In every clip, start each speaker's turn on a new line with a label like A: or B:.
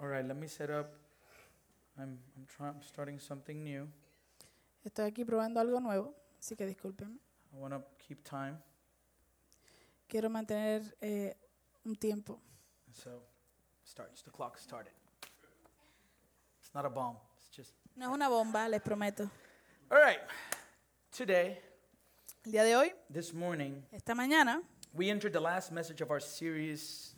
A: All right, let me set up. I'm, I'm, try, I'm starting something new.
B: Estoy aquí probando algo nuevo, así que discúlpenme.
A: I want to keep time.
B: Quiero mantener eh, un tiempo.
A: So, starts. The clock started. It's not a bomb. It's just.
B: No es una bomba, les prometo.
A: All right. Today,
B: El día de hoy,
A: this morning,
B: esta mañana,
A: we entered the last message of our series,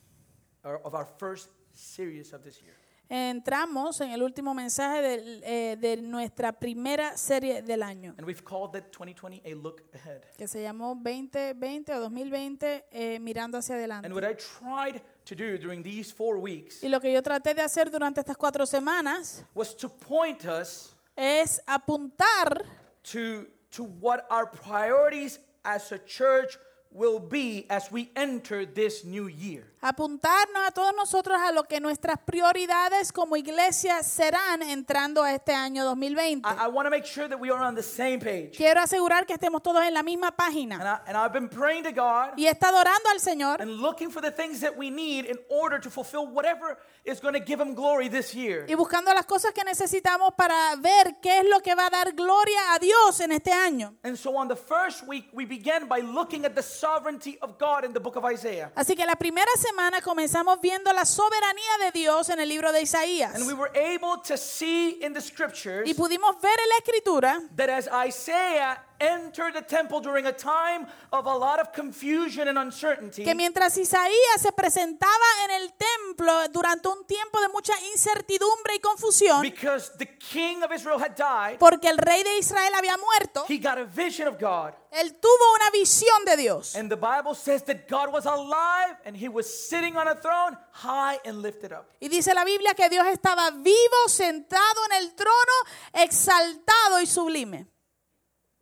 A: or of our first series of this year.
B: entramos en el último mensaje del, eh, de nuestra primera serie del año,
A: And we've called it 2020 a look ahead.
B: que se llamó 2020 o 2020 eh, Mirando hacia adelante.
A: And what I tried to do during these four weeks
B: Y lo que yo traté de hacer durante estas cuatro semanas
A: was to point us
B: es apuntar
A: to, to what our priorities as a church will be as we enter this new year.
B: apuntarnos a todos nosotros a lo que nuestras prioridades como iglesia serán entrando a este año 2020.
A: I, I want to make sure that we are on the same page.
B: Quiero asegurar que estemos todos en la misma
A: And,
B: página.
A: I, and I've been praying to God
B: Y está adorando al Señor
A: and looking for the things that we need in order to fulfill whatever is going to give Him glory this year.
B: y buscando las cosas que necesitamos para ver qué es lo que va a dar gloria a Dios en este año.
A: And so on the first week, we began by looking at the sovereignty of God in the book of Isaiah.
B: Así que la primera semana comenzamos viendo la soberanía de Dios en el libro de Isaías.
A: And we were able to see in the scriptures
B: Y pudimos ver en la escritura
A: that as Isaiah entered the temple during a time of a lot of confusion and uncertainty,
B: que mientras Isaías se presentaba en el templo durante un tiempo de mucha incertidumbre y confusión,
A: because the king of Israel had died,
B: porque el rey de Israel había muerto,
A: he got a vision of God.
B: él tuvo una visión de Dios.
A: And the Bible says that God was alive and he was sitting on a throne high and lifted up.
B: Y dice la Biblia que Dios estaba vivo, sentado en el trono, exaltado y sublime.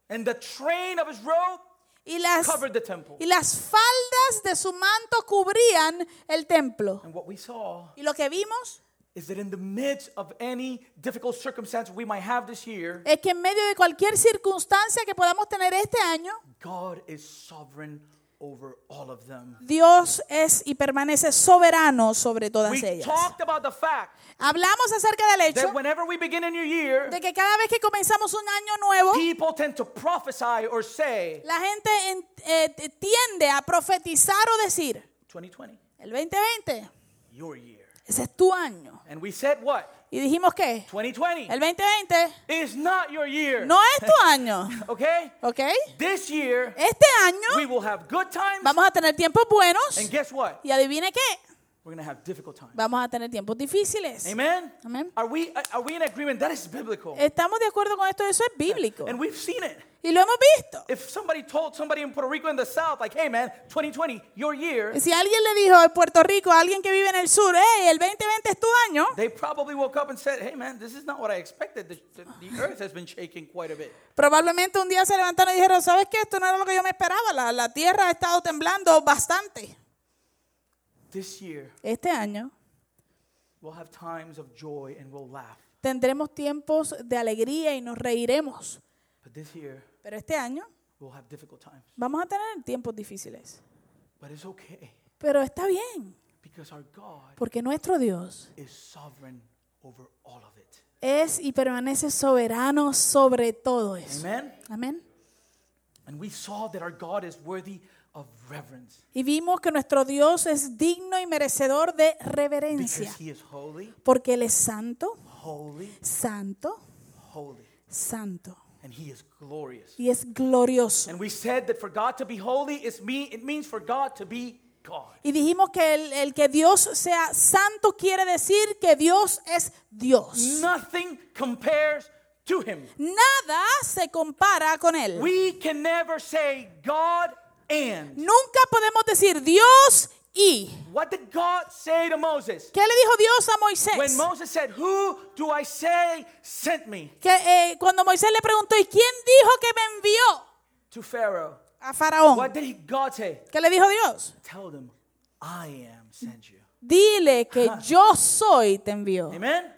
A: And the train of his robe
B: Y las,
A: covered the temple.
B: y las faldas de su manto cubrían el templo.
A: And what we saw
B: Y lo que vimos
A: is that in the midst of any difficult circumstance we might have this year,
B: es que en medio de cualquier circunstancia que podamos tener este año,
A: God is sovereign over all of them.
B: Dios es y permanece soberano sobre todas
A: We
B: ellas.
A: talked about the fact
B: Hablamos acerca del hecho
A: that whenever we begin a new year,
B: de que cada vez que comenzamos un año nuevo,
A: people tend to prophesy or say
B: la gente en- eh, tiende a profetizar o decir,
A: 2020,
B: el 2020,
A: your year.
B: ese es tu año.
A: And we said what?
B: Y dijimos que
A: 2020
B: el 2020
A: is not your year.
B: no es tu año,
A: Okay?
B: ¿ok?
A: This year
B: Este año
A: we will have good times
B: vamos a tener tiempos buenos
A: and guess what?
B: y adivine qué,
A: We're going to have difficult times.
B: vamos a tener tiempos difíciles.
A: Amen.
B: Amén.
A: Are we uh, are we in agreement that is biblical?
B: Estamos de acuerdo con esto, eso es bíblico
A: And we've seen it.
B: y lo hemos visto.
A: If somebody told somebody in Puerto Rico in the South, like, hey man, 2020, your year,
B: Si alguien le dijo en Puerto Rico a alguien que vive en el sur, hey, el 2020 es tu año,
A: they probably woke up and said, hey man, this is not what I expected. The, the, the earth has been shaking quite a bit.
B: probablemente un día se levantaron y dijeron, ¿sabes qué? Esto no era lo que yo me esperaba, la, la tierra ha estado temblando bastante.
A: This year,
B: Este año
A: we'll have times of joy and we'll laugh.
B: tendremos tiempos de alegría y nos reiremos,
A: But this year,
B: pero este año
A: we'll have difficult times.
B: vamos a tener tiempos difíciles.
A: But it's okay
B: Pero está bien,
A: because our God
B: porque nuestro Dios
A: is sovereign over all of it.
B: es y permanece soberano sobre todo eso.
A: Amen?
B: Amén.
A: And we saw that our God is worthy of reverence
B: Y vimos que nuestro Dios es digno y merecedor de reverencia.
A: because he is holy,
B: Porque Él es santo,
A: holy,
B: santo,
A: holy.
B: santo.
A: And he is glorious.
B: Y es glorioso.
A: And we said that for God to be holy is me it means for God to be God.
B: Y dijimos que el, el que Dios sea santo quiere decir que Dios es Dios.
A: Nothing compares to him.
B: Nada se compara con Él.
A: We can never say God and.
B: Nunca podemos decir Dios y.
A: What did God say to Moses?
B: ¿Qué le dijo Dios a
A: When
B: Moisés?
A: Moses said, "Who do I say sent me?"
B: Que, eh, cuando Moisés le preguntó, ¿y quién dijo que me envió
A: to Pharaoh,
B: a Faraón?
A: what did he, God say?
B: ¿Qué le dijo Dios?
A: Tell them, "I am sent you."
B: Dile que yo soy te envió.
A: Amen.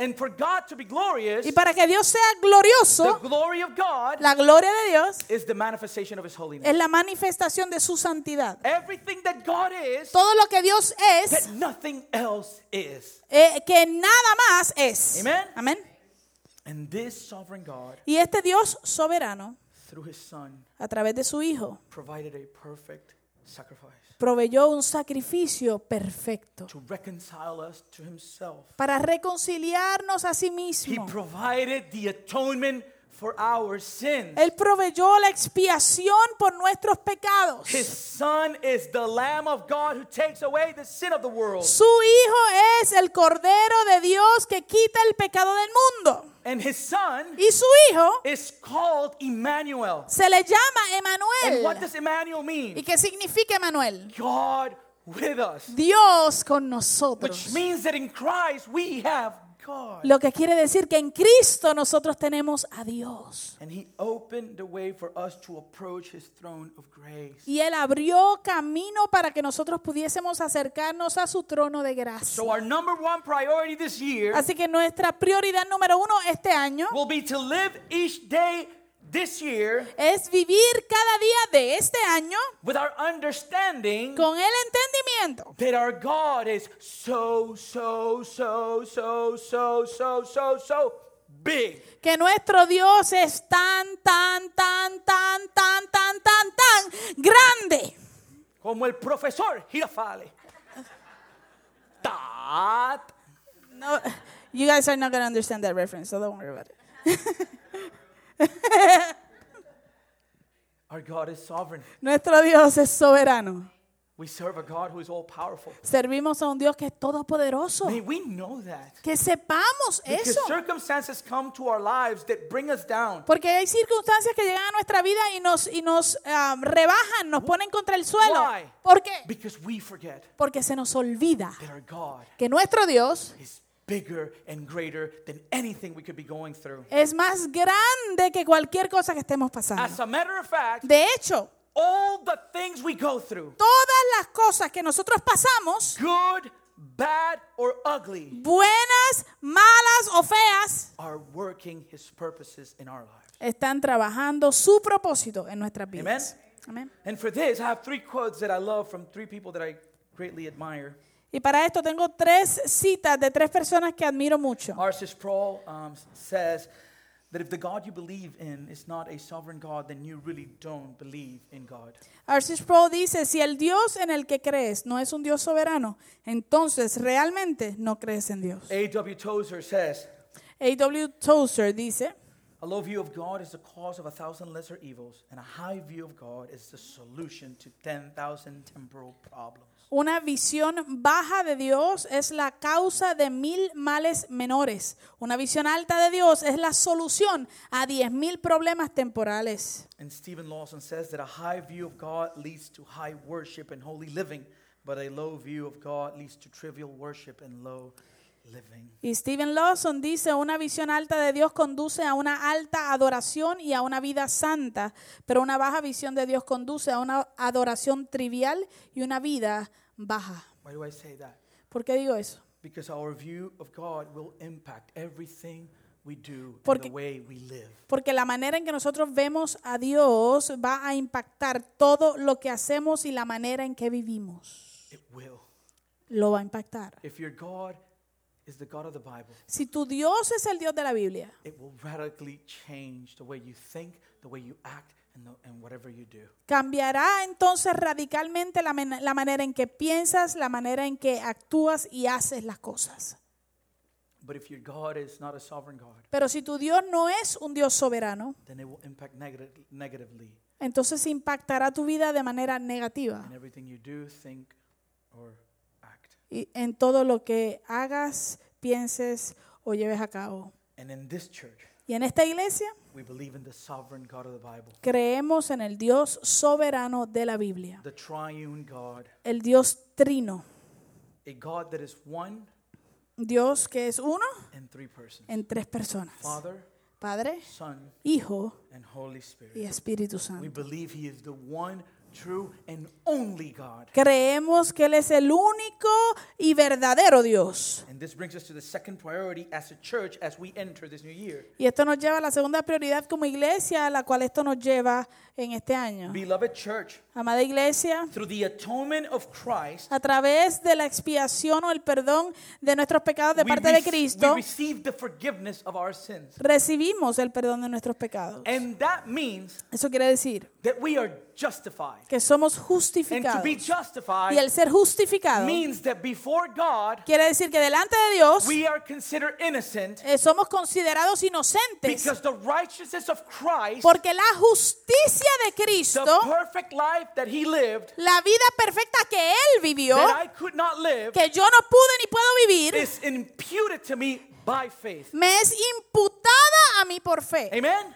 A: And for God to be glorious,
B: Y para que Dios sea
A: the
B: glorioso,
A: glory of God
B: la gloria de Dios
A: is the manifestation of His holiness.
B: es la manifestación de su santidad.
A: Everything that God is,
B: Todo lo que Dios es,
A: that nothing else is.
B: eh, que nada más es.
A: Amen.
B: Amén.
A: And this sovereign God,
B: Y este Dios soberano,
A: through His Son,
B: a través de su Hijo,
A: provided a perfect sacrifice
B: proveyó un sacrificio perfecto
A: to reconcile us to Himself.
B: para reconciliarnos a sí
A: He
B: mismo.
A: provided the atonement for our sins.
B: Él proveyó la expiación por nuestros pecados.
A: His Son is the Lamb of God who takes away the sin of the world.
B: Su Hijo es el Cordero de Dios que quita el pecado del mundo.
A: And His Son
B: Y su Hijo
A: is called Emmanuel.
B: se le llama
A: And what
B: Emanuel.
A: does Emmanuel
B: ¿Y
A: mean?
B: qué significa Emanuel?
A: God with us.
B: Dios con nosotros.
A: Which means that in Christ we have God.
B: Lo que quiere decir que en Cristo nosotros tenemos a Dios.
A: And He opened the way for us to approach His throne of grace.
B: Y Él abrió camino para que nosotros pudiésemos acercarnos a su trono de gracia.
A: So, our number one priority this year
B: Así que nuestra prioridad número uno este año
A: will be to live each day this year
B: es vivir cada día de este año
A: with our understanding
B: con el entendimiento
A: that our God is so, so, so, so, so, so, so, so big.
B: que nuestro Dios es tan, tan, tan, tan, tan, tan, tan, tan grande.
A: Como el profesor Girafale. That
B: No, you guys are not going to understand that reference, so don't worry about it.
A: our God is sovereign.
B: Nuestro Dios es soberano.
A: We serve a God who is all powerful.
B: Servimos a un Dios que es todopoderoso.
A: May we know that.
B: Que sepamos
A: Because
B: eso.
A: circumstances come to our lives that bring us down.
B: Porque hay circunstancias que llegan a nuestra vida y nos, y nos ah, rebajan, nos ponen contra el suelo.
A: Why?
B: ¿Por qué?
A: Because we forget
B: Porque se nos olvida
A: that our God
B: que nuestro Dios
A: is bigger and greater than anything we could be going through.
B: es más grande que cualquier cosa que estemos pasando.
A: As a matter of fact,
B: De hecho,
A: all the things we go through,
B: todas las cosas que nosotros pasamos,
A: good, bad, or ugly,
B: buenas, malas o feas,
A: are working his purposes in our lives.
B: están trabajando su propósito en nuestras vidas. Amén.
A: And for this, I have three quotes that I love from three people that I greatly admire.
B: Y para esto tengo tres citas de tres personas que admiro mucho.
A: Arsis Sproul um, says that if the God you believe in is not a sovereign God, then you really don't believe in God.
B: R.C. Sproul dice, si el Dios en el que crees no es un Dios soberano, entonces realmente no crees en Dios.
A: A.W. Tozer says,
B: A.W. Tozer dice,
A: a low view of God is the cause of a thousand lesser evils, and a high view of God is the solution to 10,000 temporal problems.
B: una visión baja de Dios es la causa de mil males menores. Una visión alta de Dios es la solución a diez mil problemas temporales.
A: And Stephen Lawson says that a high view of God leads to high worship and holy living, but a low view of God leads to trivial worship and low living.
B: Y Stephen Lawson dice, una visión alta de Dios conduce a una alta adoración y a una vida santa, pero una baja visión de Dios conduce a una adoración trivial y una vida baja.
A: Why do I say that?
B: ¿Por qué digo eso?
A: Because our view of God will impact everything we do and the
B: Porque-
A: way we live.
B: Porque la manera en que nosotros vemos a Dios va a impactar todo lo que hacemos y la manera en que vivimos.
A: It will.
B: Lo va a impactar.
A: If your God is the God of the Bible,
B: Si tu Dios es el Dios de la Biblia,
A: it will radically change the way you think, the way you act, and, the, and whatever you do.
B: cambiará entonces radicalmente la, men- la manera en que piensas, la manera en que actúas y haces las cosas.
A: But if your God is not a sovereign God,
B: Pero si tu Dios no es un Dios soberano,
A: then it will impact negati- negatively
B: entonces impactará tu vida de manera negativa
A: in everything you do, think, or act.
B: y en todo lo que hagas, pienses o lleves a cabo.
A: And in this church,
B: Y en esta iglesia
A: we believe in the sovereign God of the Bible,
B: creemos en el Dios soberano de la Biblia,
A: the triune God,
B: el Dios trino,
A: a God that is one
B: Dios que es uno
A: in three persons
B: en tres personas,
A: Father,
B: Padre,
A: Son,
B: Hijo
A: and Holy Spirit.
B: y Espíritu
A: We
B: Santo.
A: believe He is the one true and only God.
B: Creemos que Él es el único y verdadero Dios.
A: And And this brings us to the second priority as a church as we enter this new year.
B: Y esto nos lleva a la segunda prioridad como iglesia, a la cual esto nos lleva en este año.
A: Beloved church,
B: Amada iglesia,
A: through the atonement of Christ,
B: a través de la expiación o el perdón de nuestros pecados de
A: we,
B: parte de
A: rec- we
B: Cristo,
A: receive the forgiveness of our sins.
B: recibimos el perdón de nuestros pecados.
A: And that means
B: Eso quiere decir
A: that we are justified.
B: que somos
A: And to
B: justificados.
A: be justified
B: Y el ser justificado
A: means that before God,
B: quiere decir que delante de Dios
A: we are considered innocent
B: eh, somos considerados inocentes
A: because the righteousness of Christ,
B: porque la justicia de
A: the
B: Cristo,
A: perfect life that he lived,
B: la vida perfecta que Él vivió,
A: that I could not live,
B: que yo no pude ni puedo vivir,
A: is imputed to me by faith.
B: me es imputada a mí por fe.
A: Amen?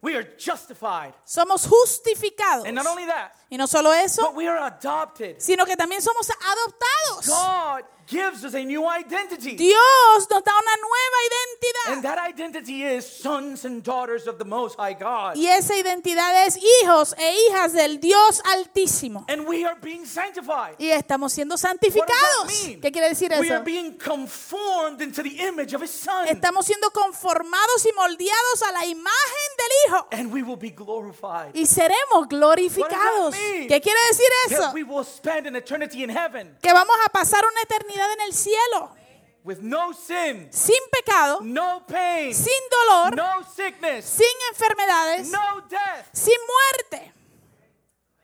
A: We are justified.
B: Somos justificados.
A: And not only that,
B: Y no solo eso,
A: but we are adopted.
B: sino que también somos adoptados.
A: God gives us a new identity.
B: Dios nos da una
A: And
B: nueva identidad.
A: that identity is sons and daughters of the Most High God.
B: Y esa identidad es hijos e hijas del Dios Altísimo.
A: And we are being sanctified.
B: Y estamos siendo
A: What does that
B: santificados.
A: mean?
B: ¿Qué quiere decir
A: We are
B: eso?
A: being conformed into the image of His Son.
B: Estamos siendo conformados y moldeados a la imagen del Hijo.
A: And we will be glorified.
B: Y seremos glorificados.
A: mean?
B: ¿Qué quiere decir
A: That
B: eso?
A: we will spend an eternity in heaven
B: Que vamos a pasar una eternidad en el cielo.
A: with no sin,
B: Sin pecado,
A: no pain,
B: sin dolor,
A: no sickness,
B: sin enfermedades,
A: no death.
B: sin muerte.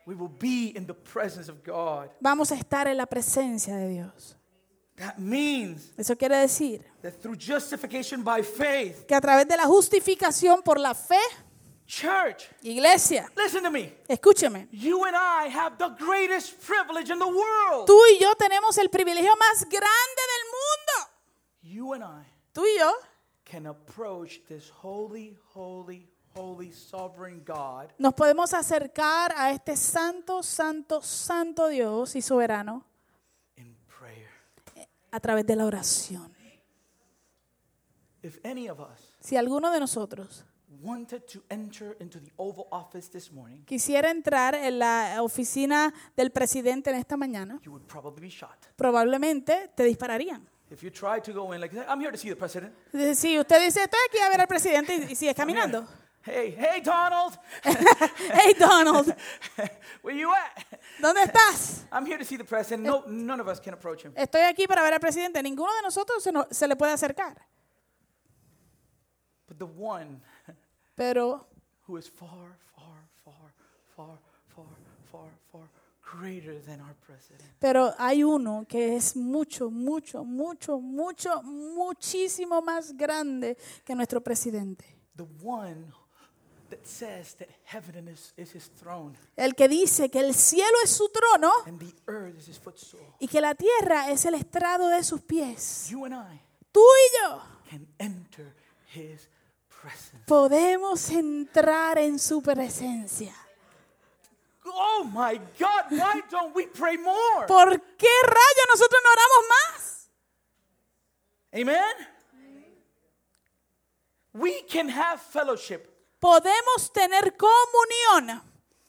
A: We will be in the presence of God.
B: Vamos a estar en la presencia de Dios.
A: That means
B: Eso quiere decir
A: that through justification by faith,
B: que a través de la justificación por la fe,
A: church,
B: iglesia,
A: listen to me.
B: escúcheme,
A: You and I have the greatest privilege in the world.
B: tú y yo tenemos el privilegio más grande del mundo.
A: You and I
B: Tú y yo
A: can approach this holy, holy, holy, sovereign God
B: nos podemos acercar a este santo, santo, santo Dios y soberano
A: in prayer.
B: a través de la oración.
A: If any of us
B: Si alguno de nosotros
A: wanted to enter into the Oval Office this morning,
B: quisiera entrar en la oficina del presidente en esta mañana,
A: you would probably be shot.
B: probablemente te dispararían.
A: If you tried to go in like, I'm here to see the president.
B: Si usted dice, estoy aquí a ver al presidente y- y sigues caminando.
A: Hey, hey, Donald,
B: Hey Donald,
A: where you at?
B: ¿dónde estás?
A: I'm here to see the president. No, none of us can approach him.
B: Estoy aquí para ver al presidente. Ninguno de nosotros se, no- se le puede acercar.
A: But the one
B: Pero
A: who is far, far, far, far, far, far, far greater than our president.
B: Pero hay uno que es mucho, mucho, mucho, mucho, muchísimo más grande que nuestro presidente.
A: The one that says that heaven is, is his throne
B: El que dice que el cielo es su trono
A: and the earth is his footstool.
B: y que la tierra es el estrado de sus pies.
A: You and I
B: Tú y yo
A: can enter his presence.
B: podemos entrar en su presencia.
A: Oh my God, why don't we pray more?
B: ¿Por qué rayo nosotros no oramos más?
A: Amen? We can have fellowship
B: Podemos tener comunión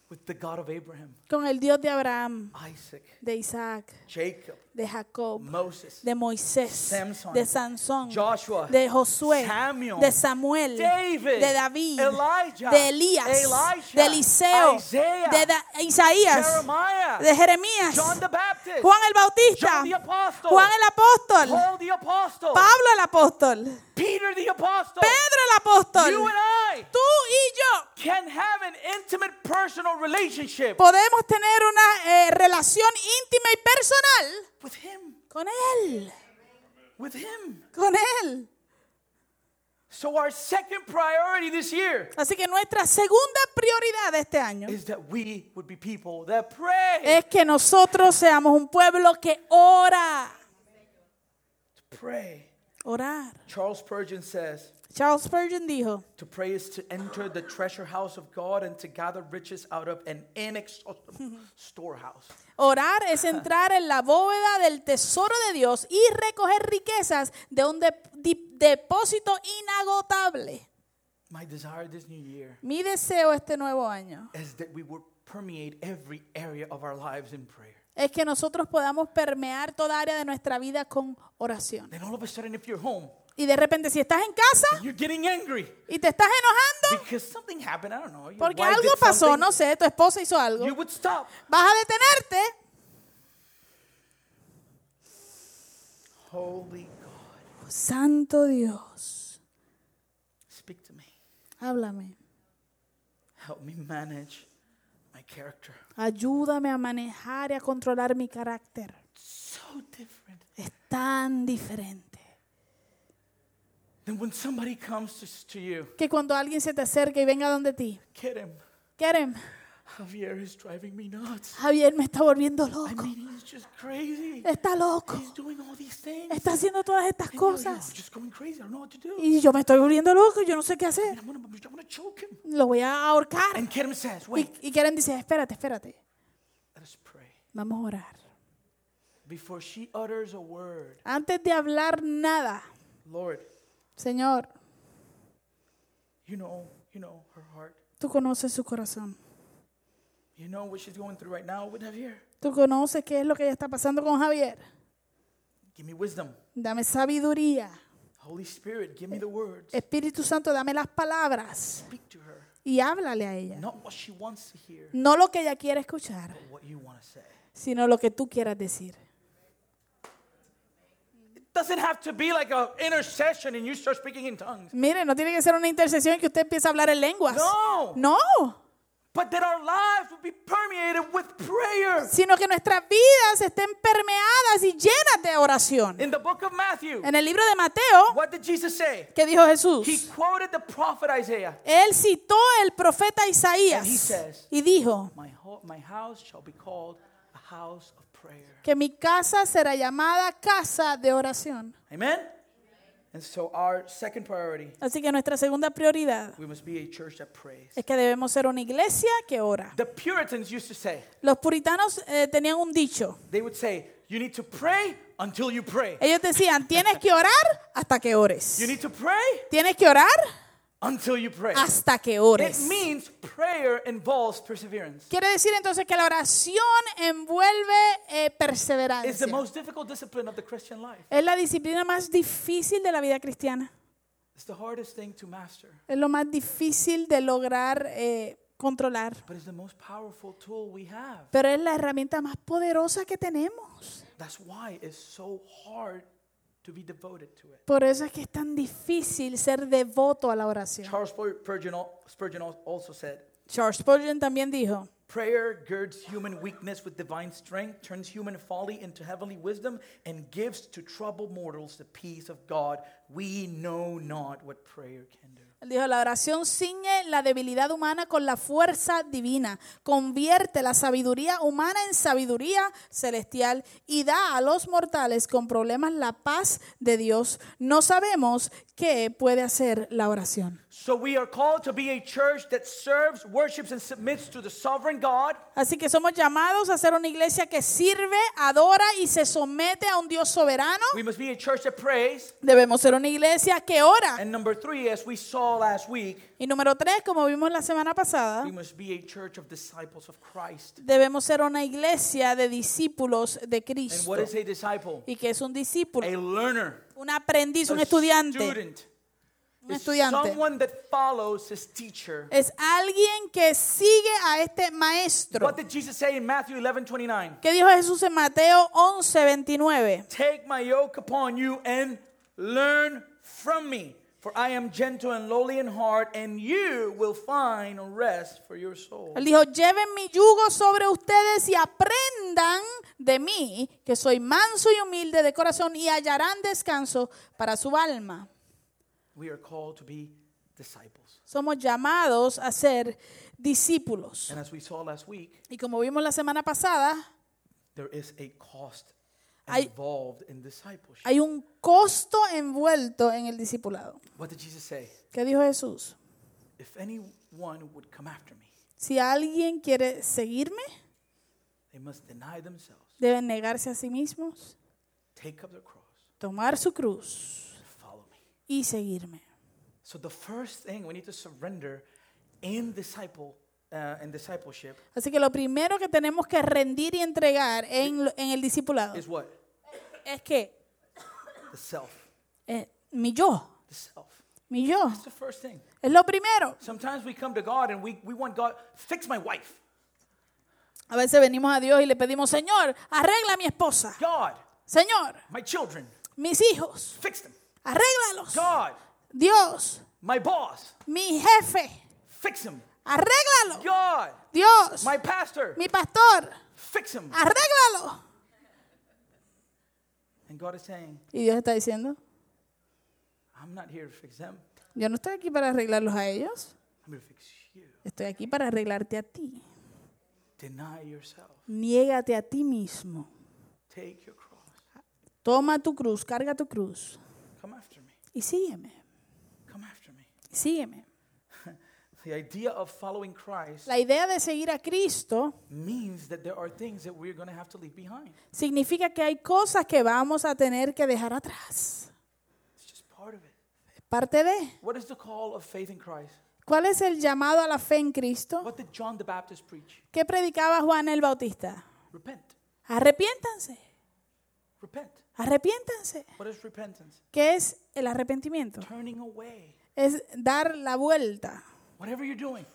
A: with the God of Abraham,
B: con el Dios de Abraham,
A: Isaac,
B: de Isaac,
A: Jacob,
B: de Jacob,
A: Moses,
B: de Moisés,
A: Samson,
B: de Sansón,
A: Joshua,
B: de Josué,
A: Samuel,
B: de Samuel,
A: David,
B: de David,
A: Elijah,
B: de Elías,
A: Elisha,
B: de Eliseo,
A: Isaiah,
B: de Da- Isaías,
A: Jeremiah,
B: de Jeremías,
A: John the Baptist,
B: Juan el Bautista,
A: John the Apostle,
B: Juan el Apóstol,
A: Paul the Apostle,
B: Pablo el Apóstol, Pedro
A: Peter the Apostle.
B: el Apóstol,
A: You and I
B: tú y yo
A: can have an intimate personal relationship
B: podemos tener una eh, relación íntima y personal
A: with him,
B: con Él,
A: with him.
B: con Él.
A: So our second priority this year
B: Así que nuestra segunda prioridad de este año
A: is that we would be people that pray.
B: es que nosotros seamos un pueblo que ora.
A: Pray.
B: Orar.
A: Charles Spurgeon says,
B: Charles Spurgeon dijo,
A: to pray is to enter the treasure house of God and to gather riches out of an inexhaustible storehouse.
B: orar es entrar en la bóveda del tesoro de Dios y recoger riquezas de un dep- di- depósito inagotable.
A: My desire this new year
B: Mi deseo este nuevo año
A: is that we would permeate every area of our lives in prayer.
B: es que nosotros podamos permear toda área de nuestra vida con oración.
A: Then all of a sudden, if you're home,
B: Y de repente, si estás en casa
A: you're getting angry
B: y te estás enojando
A: because something happened. I don't know. Your
B: porque
A: wife
B: algo
A: did
B: pasó,
A: something,
B: no sé, tu esposa hizo algo,
A: You would stop.
B: vas a detenerte.
A: Holy God,
B: Santo Dios,
A: speak to me.
B: háblame.
A: Help me manage my character.
B: Ayúdame a manejar y a controlar mi carácter.
A: So different
B: Es tan diferente.
A: than when somebody comes to, to you.
B: Que cuando alguien se te acerque y venga donde ti,
A: Get him.
B: Karen,
A: Javier is driving me nuts.
B: Javier me está volviendo
A: I
B: loco.
A: mean, he's just crazy.
B: Está loco.
A: He's doing all these things.
B: Está haciendo todas estas
A: And you're, "Yo, I'm
B: cosas.
A: just going crazy. I don't know what to do.
B: Y yo me estoy volviendo loco. Yo no sé qué
A: And
B: hacer.
A: I'm gonna, I'm gonna choke him.
B: Lo voy a ahorcar.
A: And Kerem says, "Wait,
B: Y, y Karen dice, espérate, espérate.
A: let us pray
B: Vamos a orar.
A: before she utters a word.
B: Antes de hablar nada,
A: Lord,
B: Señor,
A: you know, you know her heart.
B: tú conoces su corazón.
A: You know what she's going through right now with Javier.
B: Tú conoces qué es lo que ya está pasando con Javier.
A: Give me wisdom,
B: Dame sabiduría.
A: Holy Spirit. Give me the words.
B: Espíritu Santo, dame las palabras
A: Speak to her.
B: y háblale a ella.
A: Not what she wants to hear,
B: No lo que ella quiera escuchar,
A: but what you want to say.
B: sino lo que tú quieras decir.
A: It doesn't have to be like a intercession and you start speaking in tongues.
B: Mire, no tiene que ser una intercesión en que usted empiece a hablar en lenguas.
A: No.
B: No,
A: But that our lives would be permeated with prayer.
B: sino que nuestras vidas estén permeadas y llenas de oración.
A: In the book of Matthew,
B: En el libro de Mateo,
A: what did Jesus say?
B: ¿qué dijo
A: He
B: Jesús?
A: quoted the prophet Isaiah.
B: Él citó el profeta
A: And he
B: Isaías
A: says-
B: y dijo
A: My, ho- my house shall be called a house of prayer.
B: que mi casa será llamada casa de oración.
A: Amen? And so, our second priority,
B: Así que nuestra segunda prioridad
A: we must be a church that prays.
B: es que debemos ser una iglesia que ora.
A: The Puritans used to say,
B: Los puritanos eh, tenían un dicho.
A: they would say, you need to pray until you pray.
B: Ellos decían, tienes que orar hasta que
A: You
B: ores.
A: need to pray
B: Tienes que orar
A: until you pray.
B: hasta que
A: It
B: ores.
A: means prayer involves perseverance.
B: Quiere decir entonces que la oración envuelve eh,
A: It's the
B: perseverancia.
A: most difficult discipline of the Christian life.
B: Es la disciplina más difícil de la vida cristiana.
A: It's the hardest thing to master,
B: Es lo más difícil de lograr eh, controlar.
A: but it's the most powerful tool we have.
B: Pero es la herramienta más poderosa que tenemos.
A: That's why it's so hard to be devoted to it.
B: Por eso es que es tan difícil ser devoto a la oración.
A: Charles Spurgeon, al- Spurgeon al- also said,
B: Charles Spurgeon también dijo,
A: Prayer girds human weakness with divine strength, turns human folly into heavenly wisdom, and gives to troubled mortals the peace of God. We know not what prayer can do.
B: Él dijo, la oración ciñe la debilidad humana con la fuerza divina, convierte la sabiduría humana en sabiduría celestial y da a los mortales con problemas la paz de Dios. No sabemos qué puede hacer la oración.
A: So we are called to be a church that serves, worships, and submits to the sovereign God,
B: Así que somos llamados a ser una iglesia que sirve, adora y se somete a un Dios soberano.
A: We must be a church that prays.
B: Debemos ser una iglesia que ora.
A: And number three, as we saw last week,
B: Y número tres, como vimos la semana pasada,
A: we must be a church of disciples of Christ.
B: debemos ser una iglesia de discípulos de
A: And
B: Cristo.
A: what is a disciple?
B: y que es un discípulo,
A: A learner,
B: un aprendiz, un
A: a
B: estudiante,
A: student,
B: un
A: is
B: estudiante.
A: someone that follows his teacher.
B: Es alguien que sigue a este maestro.
A: What did Jesus say in Matthew 11, 29?
B: ¿Qué dijo Jesús en Mateo 11, 29?
A: Take my yoke upon you and learn from me, for I am gentle and lowly in heart, and you will find rest for your soul.
B: Él dijo, lleven mi yugo sobre ustedes y aprendan de mí, que soy manso y humilde de corazón, y hallarán descanso para su alma.
A: We are called to be disciples.
B: Somos llamados a ser discípulos.
A: And as we saw last week,
B: Y como vimos la semana pasada,
A: there is a cost
B: Hay-
A: involved in discipleship.
B: hay un costo envuelto en el discipulado.
A: what did Jesus say?
B: ¿Qué dijo Jesús?
A: If anyone would come after me,
B: Si alguien quiere seguirme,
A: they must deny themselves,
B: deben negarse a sí mismos,
A: take up their cross,
B: tomar su cruz
A: and follow me.
B: y seguirme.
A: So the first thing we need to surrender in disciple uh, in discipleship
B: Así que lo primero que tenemos que rendir y entregar en, lo- en el discipulado
A: is what?
B: es que
A: The self.
B: eh, mi yo,
A: The self.
B: mi yo,
A: That's the first thing.
B: es lo primero.
A: Sometimes we come to God and we, we want God, fix my wife.
B: A veces venimos a Dios y le pedimos, Señor, arregla a mi esposa.
A: God,
B: Señor,
A: my children,
B: mis hijos,
A: fix them.
B: arréglalos.
A: God,
B: Dios,
A: my boss,
B: mi jefe,
A: fix him.
B: arréglalo.
A: God,
B: Dios,
A: my pastor,
B: mi pastor,
A: fix him.
B: arréglalo.
A: And God is saying,
B: Y Dios está diciendo,
A: I'm not here to fix them.
B: yo no estoy aquí para arreglarlos a ellos,
A: I'm here to fix you.
B: estoy aquí para arreglarte a ti.
A: Deny yourself.
B: Niégate a ti mismo.
A: Take your cross.
B: Toma tu cruz, carga tu cruz
A: Come after me.
B: y sígueme,
A: Come after me.
B: sígueme.
A: The idea of following Christ
B: La idea de seguir a Cristo
A: means that there are things that we're going to have to leave behind.
B: significa que hay cosas que vamos a tener que dejar atrás.
A: It's just part of it.
B: Es parte de.
A: What is the call of faith in Christ?
B: ¿Cuál es el llamado a la fe en Cristo?
A: What did John the Baptist preach?
B: ¿Qué predicaba Juan el Bautista?
A: Repent.
B: Arrepiéntanse,
A: Repent.
B: arrepiéntanse.
A: What is repentance?
B: ¿Qué es el arrepentimiento?
A: Turning away.
B: Es dar la vuelta
A: Whatever you're doing,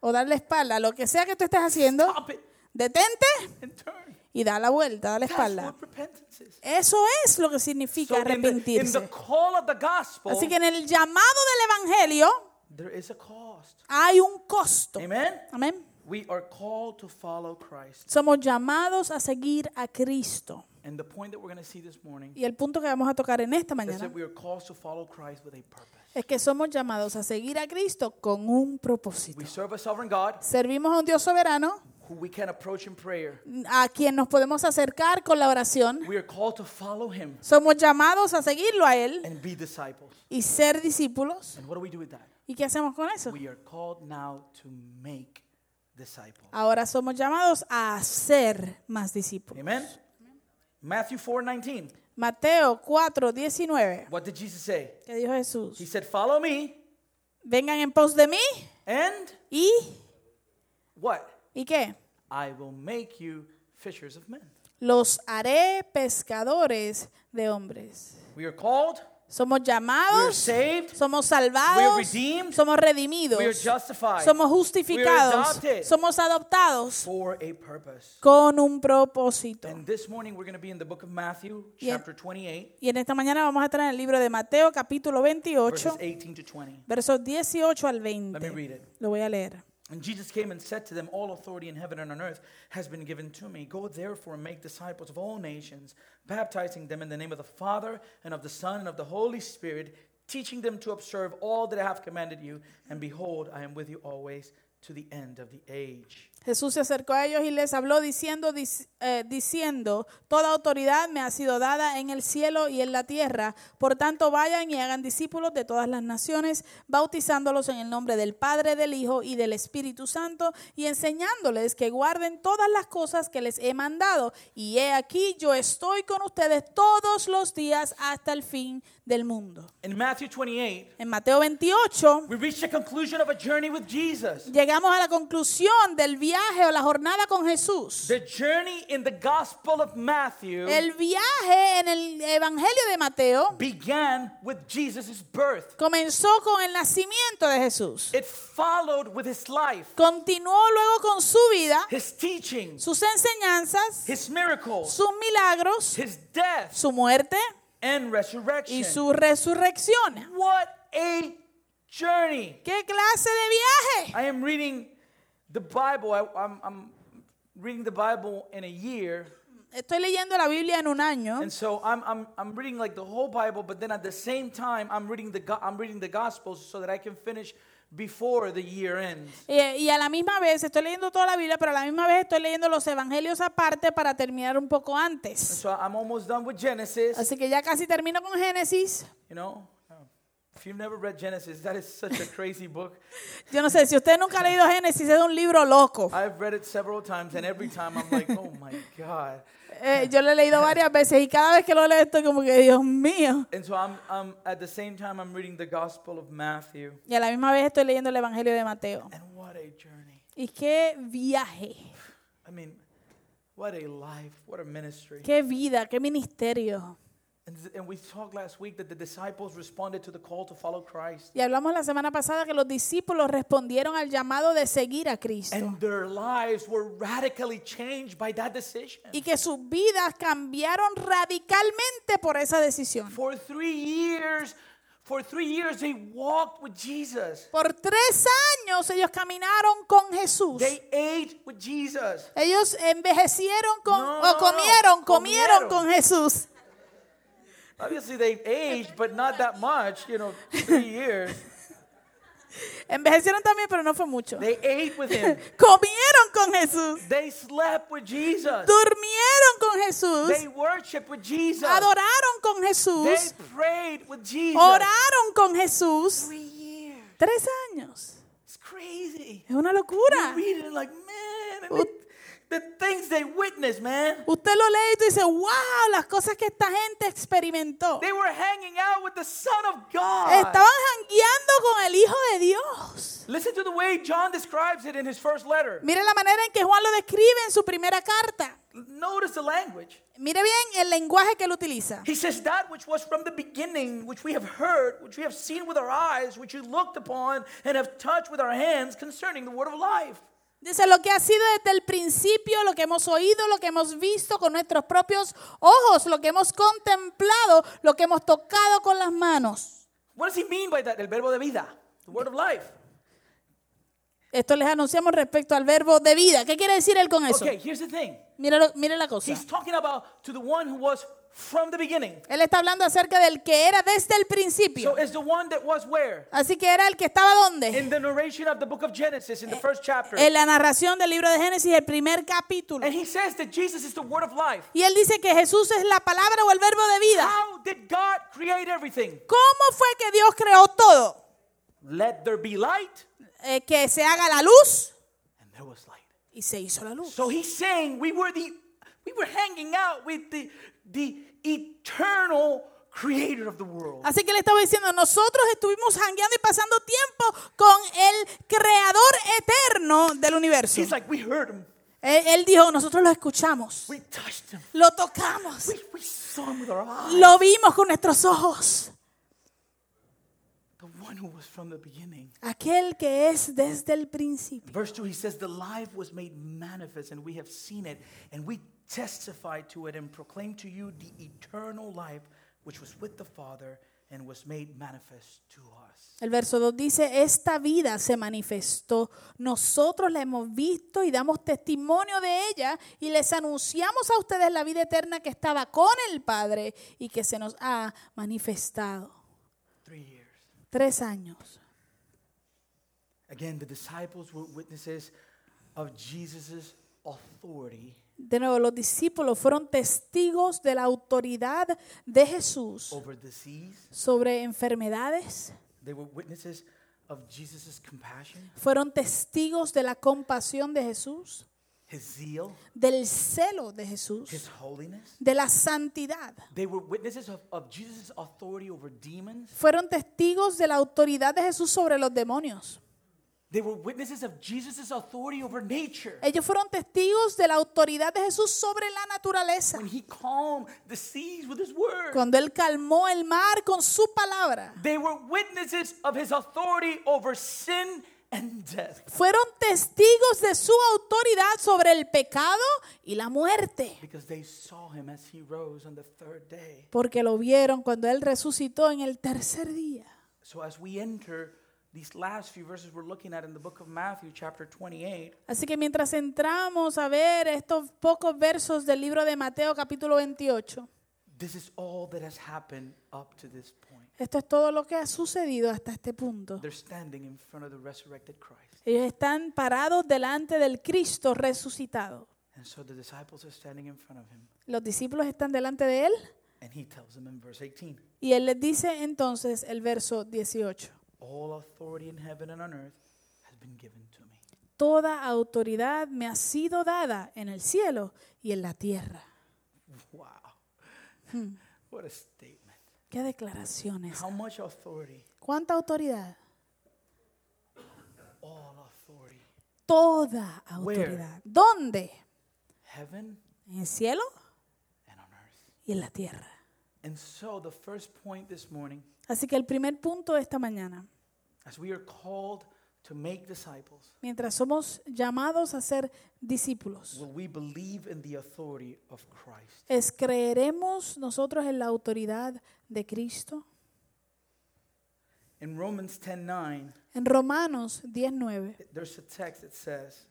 B: o dar la espalda, lo que sea que tú estés haciendo,
A: stop it
B: detente
A: and turn.
B: y da la vuelta, da la
A: That's
B: espalda.
A: what repentance is.
B: Eso es lo que significa
A: in, the, in the
B: arrepentirse.
A: call of the gospel,
B: Así que en el llamado del Evangelio
A: there is a cost.
B: hay un costo.
A: Amen?
B: Amén.
A: We are called to follow Christ.
B: Somos llamados a seguir a Cristo.
A: And the point that we're going to see this morning
B: Y el punto que vamos a tocar en esta
A: is
B: mañana
A: that we are called to follow Christ with a purpose.
B: es que somos llamados a seguir a Cristo con un propósito.
A: We serve a sovereign God
B: Servimos a un Dios soberano
A: who we can approach in prayer.
B: a quien nos podemos acercar con la oración.
A: We are called to follow him
B: Somos llamados a seguirlo a Él
A: and be disciples.
B: y ser discípulos.
A: And what do we do with that?
B: ¿Y qué hacemos con eso?
A: We are called now to make disciples.
B: Ahora somos llamados a ser más discípulos.
A: Amen. Matthew 4:19.
B: Mateo 4, 19.
A: What did Jesus say?
B: ¿Qué dijo
A: He
B: Jesús?
A: said, "Follow me
B: Vengan en pos de mí
A: and
B: y...
A: what?
B: ¿Y qué?
A: I will make you fishers of men."
B: Los haré pescadores de hombres.
A: We are called,
B: Somos
A: we are
B: llamados,
A: saved,
B: somos
A: we are
B: salvados,
A: redeemed,
B: somos
A: we are
B: redimidos,
A: justified
B: somos
A: we are
B: justificados,
A: adopted.
B: somos adoptados
A: for a purpose.
B: con un propósito.
A: And this morning we're going to be in the book of Matthew,
B: Yeah.
A: chapter 28,
B: Y en esta mañana vamos a estar en el libro de Mateo capítulo 28,
A: verses 18 to 20.
B: versos 18 al
A: Let me read
B: 20.
A: it.
B: Lo voy a leer.
A: And Jesus came and said to them, All authority in heaven and on earth has been given to me. Go therefore and make disciples of all nations, baptizing them in the name of the Father and of the Son and of the Holy Spirit, teaching them to observe all that I have commanded you. And behold, I am with you always to the end of the age.
B: Jesús se acercó a ellos y les habló diciendo, dic- eh, diciendo, toda autoridad me ha sido dada en el cielo y en la tierra. Por tanto, vayan y hagan discípulos de todas las naciones, bautizándolos en el nombre del Padre, del Hijo y del Espíritu Santo, y enseñándoles que guarden todas las cosas que les he mandado. Y he aquí, yo estoy con ustedes todos los días hasta el fin del mundo.
A: In Matthew 28,
B: En Mateo 28.
A: we reach the conclusion of a journey with Jesus.
B: Llegamos a la conclusión del viaje o la jornada con Jesús.
A: The journey in the Gospel of Matthew
B: El viaje en el Evangelio de Mateo
A: began with Jesus' birth,
B: comenzó con el nacimiento de Jesús.
A: it followed with his life,
B: Continuó luego con su vida,
A: his teachings,
B: sus enseñanzas,
A: his miracles.
B: sus milagros,
A: his death
B: su muerte
A: and
B: y
A: resurrection.
B: su resurrección.
A: What a journey!
B: ¿Qué clase de viaje?
A: I am reading the Bible. I, I'm, I'm reading the Bible in a year,
B: Estoy leyendo la Biblia en un año
A: and so I'm, I'm, I'm reading like the whole Bible, but then at the same time, I'm reading the go- I'm reading the Gospels so that I can finish before the year ends.
B: eh, y a la misma vez estoy leyendo toda la Biblia, pero a la misma vez estoy leyendo los evangelios aparte para terminar un poco antes.
A: So I'm almost done with Genesis.
B: Así que ya casi termino con Génesis.
A: You know, if you've never read Genesis, that is such a crazy book.
B: Yo no sé, si usted nunca ha leído Génesis, es un libro loco.
A: I've read it several times, and every time I'm like, oh my god.
B: Eh, yo lo he leído varias veces y cada vez que lo leo estoy como que, Dios mío.
A: And so I'm, I'm at the same time I'm reading the Gospel of Matthew,
B: Y a la misma vez estoy leyendo el Evangelio de Mateo.
A: and what a journey!
B: Y Y qué viaje,
A: I mean, what a life, what a ministry.
B: qué vida, qué ministerio.
A: And, th- and we talked last week that the disciples responded to the call to follow Christ.
B: Y hablamos la semana pasada que los discípulos respondieron al llamado de seguir a Cristo.
A: And their lives were radically changed by that decision.
B: Y que sus vidas cambiaron radicalmente por esa decisión.
A: For three years, for three years they walked with Jesus.
B: Por tres años ellos caminaron con Jesús.
A: They ate with Jesus.
B: Ellos envejecieron con,
A: No,
B: o
A: no, no,
B: comieron, comieron
A: comieron.
B: con Jesús.
A: Obviously they aged, but not that much, you know, three years.
B: Envejecieron también, pero no fue mucho.
A: They ate with him.
B: Comieron con Jesús.
A: They slept with Jesus.
B: Durmieron con Jesús.
A: They worshiped with Jesus.
B: Adoraron con
A: They
B: Jesús.
A: prayed with Jesus.
B: Oraron con Jesús.
A: Three years.
B: Tres años.
A: It's crazy.
B: Es una locura.
A: You read it like, man, and it- the things they witnessed, man.
B: Usted lo lee y tú dices, wow, las cosas que esta gente experimentó.
A: They were hanging out with the Son of God.
B: Estaban jangueando con el Hijo de Dios.
A: Listen to the way John describes it in his first letter.
B: Mire la manera en que Juan lo describe en su primera carta.
A: Notice the language.
B: Mire bien el lenguaje que él utiliza.
A: He says, That which was from the beginning, which we have heard, which we have seen with our eyes, which we looked upon and have touched with our hands concerning the word of life.
B: Dice lo que ha sido desde el principio, lo que hemos oído, lo que hemos visto con nuestros propios ojos, lo que hemos contemplado, lo que hemos tocado con las manos.
A: What does he mean by that? El verbo de vida, the word of life.
B: Esto les anunciamos respecto al verbo de vida. ¿Qué quiere decir él con eso?
A: Okay, here's the thing.
B: Mire, lo- mire la cosa.
A: He's talking about to the one who was from the beginning.
B: Él está hablando acerca del que era desde el principio.
A: So it's the one that was where?
B: Así que era el que estaba donde?
A: In the narration of the book of Genesis, in the first chapter.
B: En la narración del libro de Génesis, el primer capítulo.
A: And he says that Jesus is the word of life.
B: Y él dice que Jesús es la palabra o el verbo de vida.
A: How did God create everything?
B: ¿Cómo fue que Dios creó todo?
A: Let there be light,
B: Eh, que se haga la luz
A: and there was light.
B: y se hizo la luz.
A: So he's saying we were the we were hanging out with the the eternal creator of the world.
B: Así que le estaba diciendo, nosotros estuvimos jangueando y pasando tiempo con el creador eterno del universo.
A: He's like we heard him,
B: Él, él dijo, nosotros lo escuchamos,
A: we touched him,
B: lo tocamos,
A: we, we saw him with our eyes.
B: lo vimos con nuestros ojos.
A: The one who was from the beginning.
B: Aquel que es desde el principio.
A: Verse 2 he says the life was made manifest and we have seen it and we testify to it and proclaim to you the eternal life which was with the Father and was made manifest to us.
B: El verso 2 dice, esta vida se manifestó, nosotros la hemos visto y damos testimonio de ella y les anunciamos a ustedes la vida eterna que estaba con el Padre y que se nos ha manifestado.
A: 3 years.
B: Tres años.
A: Again the disciples were witnesses of Jesus' authority
B: De nuevo, los discípulos fueron testigos de la autoridad de Jesús
A: over disease.
B: sobre enfermedades,
A: They were witnesses of Jesus' compassion,
B: fueron testigos de la compasión de Jesús,
A: his zeal,
B: del celo de Jesús,
A: his holiness.
B: de la santidad.
A: They were witnesses of, of Jesus' authority over demons.
B: fueron testigos de la autoridad de Jesús sobre los demonios.
A: They were witnesses of Jesus' authority over nature.
B: Ellos fueron testigos de la autoridad de Jesús sobre la naturaleza.
A: When he calmed the seas with his word.
B: Cuando Él calmó el mar con su palabra.
A: They were witnesses of his authority over sin and death.
B: Fueron testigos de su autoridad sobre el pecado y la muerte.
A: Because they saw him as he rose on the third day.
B: Porque lo vieron cuando Él resucitó en el tercer día.
A: So as we enter these last few verses we're looking at in the book of Matthew, chapter 28,
B: Así que mientras entramos a ver estos pocos versos del libro de Mateo capítulo 28,
A: this is all that has happened up to this point.
B: esto es todo lo que ha sucedido hasta este punto.
A: They're standing in front of the resurrected Christ.
B: Ellos están parados delante del Cristo resucitado.
A: And so the disciples are standing in front of him.
B: Los discípulos están delante de él
A: And he tells them in verse 18
B: y él les dice entonces el verso 18.
A: All authority in heaven and on earth has been given to me.
B: Toda autoridad me ha sido dada en el cielo y en la tierra.
A: Wow. What a statement.
B: Qué declaraciones.
A: How much authority?
B: ¿Cuánta autoridad?
A: All authority.
B: toda autoridad. ¿Dónde?
A: heaven
B: En el cielo
A: and on earth.
B: y en la tierra.
A: And so, the first point this morning,
B: Así que el primer punto esta mañana,
A: as we are called to make disciples,
B: mientras somos llamados a ser discípulos,
A: will we believe in the authority of Christ?
B: es creeremos nosotros en la autoridad de Cristo.
A: In Romans 10:9,
B: En Romanos 10:9
A: there's a text that says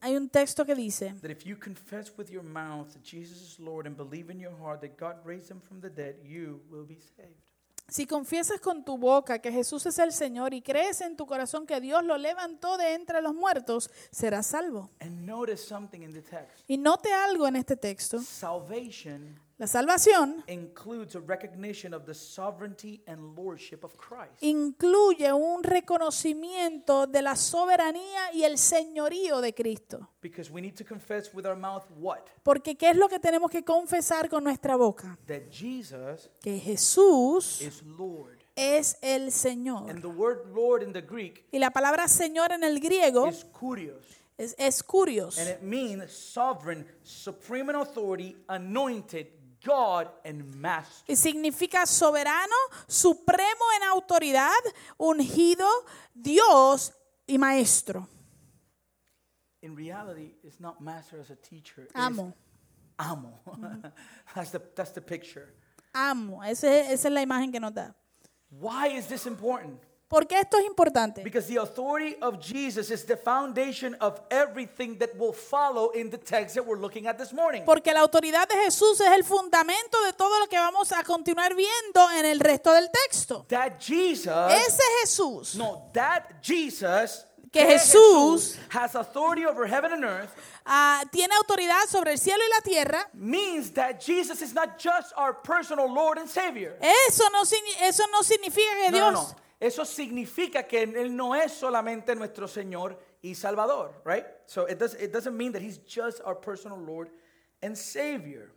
B: hay un texto que dice,
A: that if you confess with your mouth that Jesus is Lord and believe in your heart that God raised him from the dead, you will be saved.
B: si confiesas con tu boca que Jesús es el Señor y crees en tu corazón que Dios lo levantó de entre los muertos, serás salvo.
A: And notice something in the text.
B: Y note algo en este texto.
A: Salvation
B: La salvación
A: includes a recognition of the sovereignty and lordship of Christ.
B: incluye un reconocimiento de la soberanía y el señorío de Cristo.
A: Because we need to confess with our mouth what?
B: Porque ¿qué es lo que tenemos que confesar con nuestra boca?
A: That Jesus
B: Que Jesús
A: is Lord.
B: es el
A: And
B: Señor.
A: the word Lord in the Greek
B: Y la palabra Señor en el griego
A: is kurios.
B: es, es curios.
A: And it means sovereign, supreme in authority, anointed, God and master.
B: Y significa soberano, supremo en autoridad, ungido, Dios y maestro.
A: In reality, it's not master as a teacher. it's
B: Amo,
A: Amo. that's, the, that's the picture.
B: amo. Ese- esa es la imagen que nos da.
A: Why is this important?
B: ¿Por qué esto es importante?
A: Because the authority of Jesus is the foundation of everything that will follow in the text that we're looking at this morning.
B: Porque la autoridad de Jesús es el fundamento de todo lo que vamos a continuar viendo en el resto del texto.
A: That Jesus,
B: Ese Jesús
A: Ah. no, that Jesus,
B: Que
A: que
B: Jesús-
A: has authority over heaven and earth
B: ah, tiene autoridad sobre el cielo y la tierra.
A: means that Jesus is not just our personal Lord and Savior.
B: Eso no, signi- eso no significa que
A: No, no,
B: Dios...
A: no. Eso significa que él no es solamente nuestro Señor y Salvador, right? So it does it doesn't mean that he's just our personal Lord and Savior.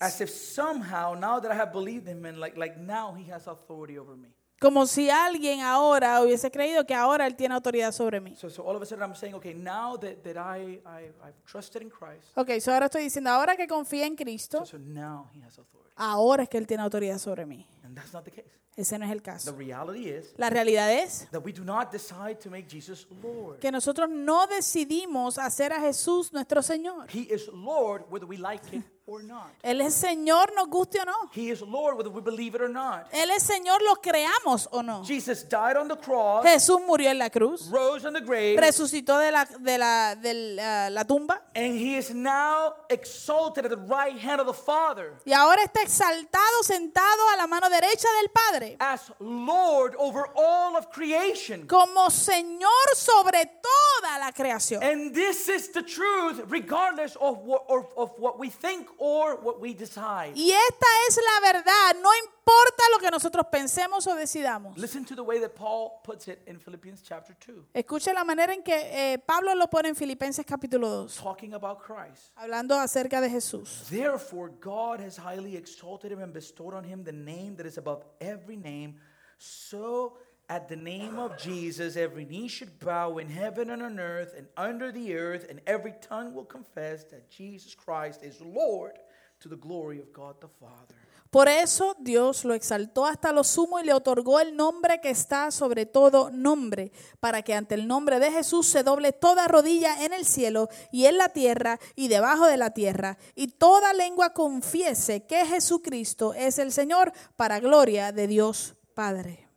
A: As if somehow now that I have believed in him like like now he has authority over me.
B: Como si alguien ahora hubiese creído que ahora Él tiene autoridad sobre mí.
A: So so all of a sudden I'm saying, okay, now that that I, I I've trusted in Christ,
B: Ok, so ahora estoy diciendo, ahora que confía en Cristo,
A: so, so now he has authority.
B: ahora es que Él tiene autoridad sobre mí.
A: And that's not the case.
B: Ese no es el
A: The
B: caso.
A: reality is
B: La realidad es
A: that we do not decide to make Jesus Lord.
B: que nosotros no decidimos hacer a Jesús nuestro Señor.
A: He is Lord whether we like it or not.
B: Él es Señor, nos guste o no.
A: He is Lord whether we believe it or not.
B: Él es Señor, lo creamos o no.
A: Jesus died on the cross,
B: Jesús murió en la cruz,
A: rose on the grave,
B: resucitó de la, de la, de la, la tumba
A: and he is now exalted at the right hand of the Father
B: y ahora está exaltado, sentado a la mano derecha del Padre,
A: as Lord over all of creation.
B: como Señor sobre toda la creación.
A: And this is the truth, regardless of what, or, of what we think or what we decide.
B: Y esta es la verdad, no importa lo que nosotros pensemos o decidamos.
A: Listen to the way that Paul puts it in Philippians chapter 2,
B: Escuche la manera en que eh, Pablo lo pone en Filipenses capítulo 2,
A: talking about Christ.
B: hablando acerca de Jesús.
A: Therefore, God has highly exalted him and bestowed on him the name that is above every name, so at the name of Jesus, every knee should bow in heaven and on earth and under the earth, and every tongue will confess that Jesus Christ is Lord to the glory of God the Father.
B: Por eso Dios lo exaltó hasta lo sumo y le otorgó el nombre que está sobre todo nombre, para que ante el nombre de Jesús se doble toda rodilla en el cielo y en la tierra y debajo de la tierra, y toda lengua confiese que Jesucristo es el Señor para gloria de Dios Padre.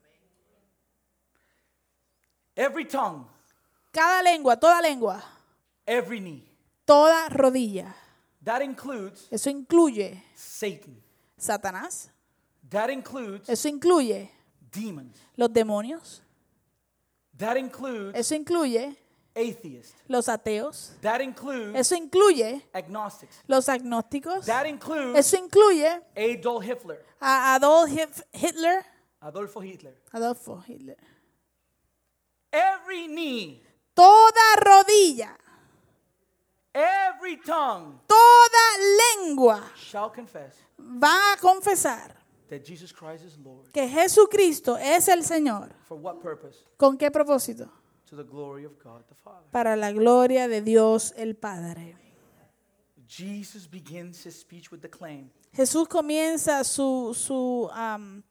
A: Every tongue,
B: Cada lengua, toda lengua,
A: every knee.
B: toda rodilla.
A: That includes
B: Eso incluye
A: Satan.
B: Satanás,
A: That includes
B: eso incluye
A: demons.
B: los demonios,
A: That includes
B: eso incluye
A: atheists.
B: los ateos,
A: That includes
B: eso incluye
A: agnostics.
B: los agnósticos.
A: That includes
B: Eso incluye
A: Adolf Hitler.
B: a Adolf Hif- Hitler.
A: Adolfo Hitler.
B: Adolfo Hitler.
A: Every knee,
B: Toda rodilla,
A: every tongue
B: toda lengua
A: shall confess
B: va a confesar
A: that Jesus Christ is Lord.
B: que Jesucristo es el Señor.
A: For what purpose?
B: ¿Con qué propósito?
A: to the glory of God the Father.
B: para la gloria de Dios el Padre.
A: Jesus begins his speech with the claim
B: Jesús comienza su, su, am,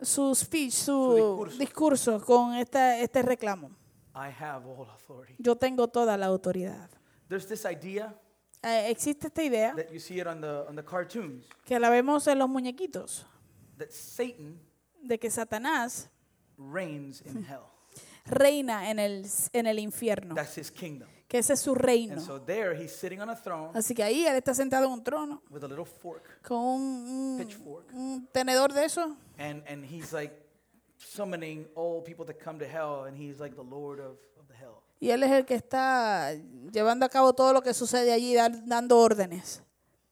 B: su speech, su,
A: discurso.
B: discurso con esta, este reclamo.
A: I have all authority.
B: Yo tengo toda la autoridad.
A: There's this idea
B: Eh, existe esta idea
A: that you see it on the, on the cartoons
B: que la vemos en los muñequitos,
A: that Satan
B: de que Satanás
A: reigns in hell.
B: reina en el, en el infierno,
A: That's his kingdom.
B: que ese es su
A: And so
B: reino.
A: there he's sitting on a throne
B: Así que ahí él está sentado en un trono
A: with a little fork
B: con un, un,
A: Pitchfork.
B: un tenedor de eso
A: and, and he's like summoning all people that come to hell and he's like the lord of, of the hell.
B: y él es el que está llevando a cabo todo lo que sucede allí, dar- dando órdenes.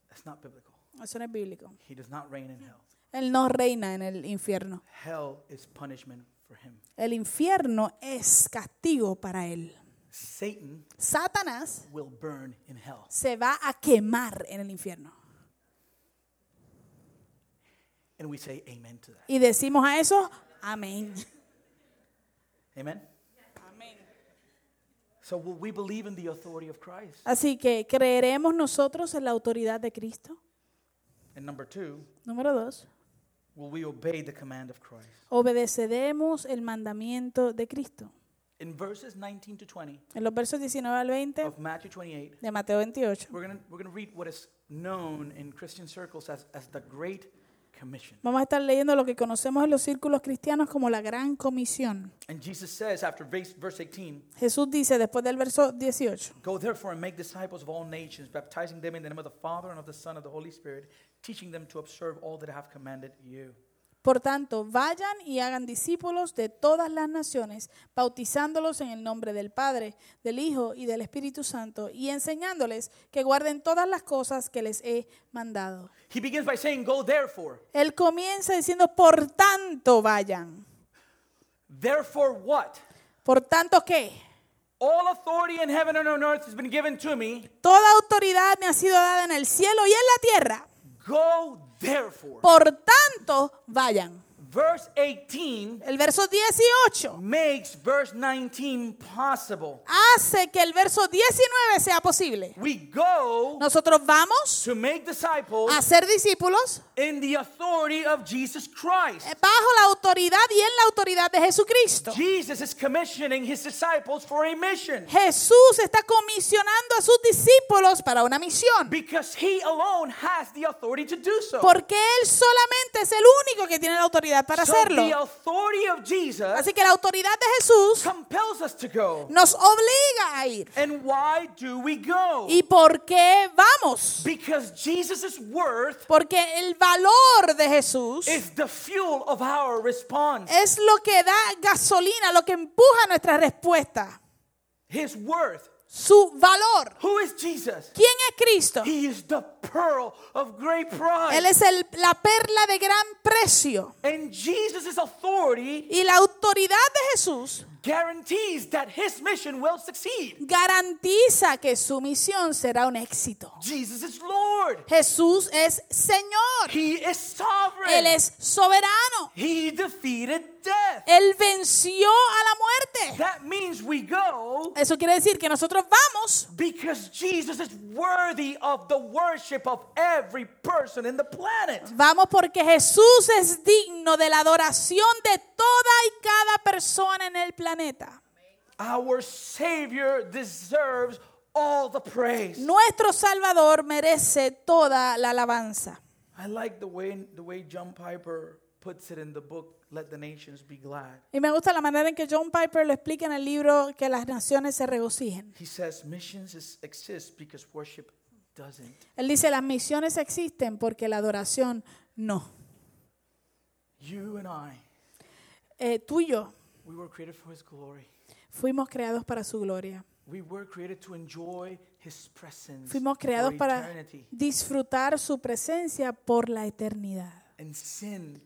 A: That's not biblical.
B: Eso no es bíblico.
A: He does not reign in hell.
B: Él no reina en el infierno.
A: Hell is punishment for him.
B: El infierno es castigo para él.
A: Satan
B: Satanás
A: will burn in hell.
B: se va a quemar en el infierno.
A: And we say amen to that.
B: Y decimos a eso, amén.
A: Amen? So will we believe in the authority of Christ?
B: Así que creeremos nosotros en la autoridad de Cristo.
A: And number two,
B: Número dos,
A: will we obey the command of Christ?
B: obedeceremos el mandamiento de Cristo.
A: In verses 19 to 20
B: En los versos 19 al 20
A: of Matthew 28,
B: de Mateo 28,
A: we're going to we're gonna read what is known in Christian circles as, as the Great Commission.
B: vamos a estar leyendo lo que conocemos en los círculos cristianos como la gran comisión.
A: And Jesus says after verse, verse 18,
B: Jesús dice después del verso 18.
A: Go therefore and make disciples of all nations, baptizing them in the name of the Father and of the Son and of the Holy Spirit, teaching them to observe all that I have commanded you.
B: Por tanto, vayan y hagan discípulos de todas las naciones, bautizándolos en el nombre del Padre, del Hijo y del Espíritu Santo, y enseñándoles que guarden todas las cosas que les he mandado.
A: He begins by saying, Go therefore.
B: Él comienza diciendo, por tanto, vayan.
A: Therefore, what?
B: ¿Por tanto qué?
A: All authority in heaven and on earth has been given to me.
B: Toda autoridad me ha sido dada en el cielo y en la tierra.
A: Go therefore.
B: Por tanto, vayan.
A: Verse 18
B: El verso 18
A: makes verse 19 possible.
B: hace que el verso 19 sea posible.
A: We go
B: Nosotros vamos
A: to make disciples
B: a ser discípulos
A: in the authority of Jesus Christ.
B: eh, bajo la autoridad y en la autoridad de Jesucristo.
A: Jesus is commissioning his disciples for a mission.
B: Jesús está comisionando a sus discípulos para una misión,
A: Because he alone has the authority to do so.
B: porque Él solamente es el único que tiene la autoridad para
A: so the
B: hacerlo.
A: authority of Jesus
B: Así que la autoridad de Jesús
A: compels us to go.
B: nos obliga a ir.
A: And why do we go?
B: ¿Y por qué vamos?
A: Because Jesus' worth
B: Porque el valor de Jesús
A: is the fuel of our response.
B: es lo que da gasolina, lo que empuja nuestra respuesta.
A: His worth.
B: Su valor.
A: Who is Jesus?
B: ¿Quién es Cristo?
A: He is the pearl of great price.
B: Él es el- la perla de gran precio.
A: And Jesus' authority
B: Y la autoridad de Jesús
A: guarantees that his mission will succeed.
B: garantiza que su misión será un éxito.
A: Jesus is Lord.
B: Jesús es Señor.
A: He is sovereign.
B: Él es soberano.
A: he defeated death.
B: Él venció a la muerte.
A: That means we go
B: Eso quiere decir que nosotros vamos
A: because Jesus is worthy of the worship of every person in the planet.
B: Vamos porque Jesús es digno de la adoración de toda y cada persona en el planeta.
A: Our Savior deserves all the praise.
B: Nuestro Salvador merece toda la alabanza.
A: I like the way the way John Piper puts it in the book Let the Nations Be Glad.
B: Y me gusta la manera en que John Piper lo explica en el libro Que las naciones se regocijen.
A: He says missions is, exist because worship doesn't.
B: Él dice, las misiones existen porque la adoración no.
A: You and I,
B: Eh, tú y yo
A: we were created for His glory.
B: fuimos creados para su gloria.
A: We were created to enjoy His presence.
B: Fuimos
A: for
B: creados para
A: eternity.
B: disfrutar su presencia por la eternidad.
A: And sin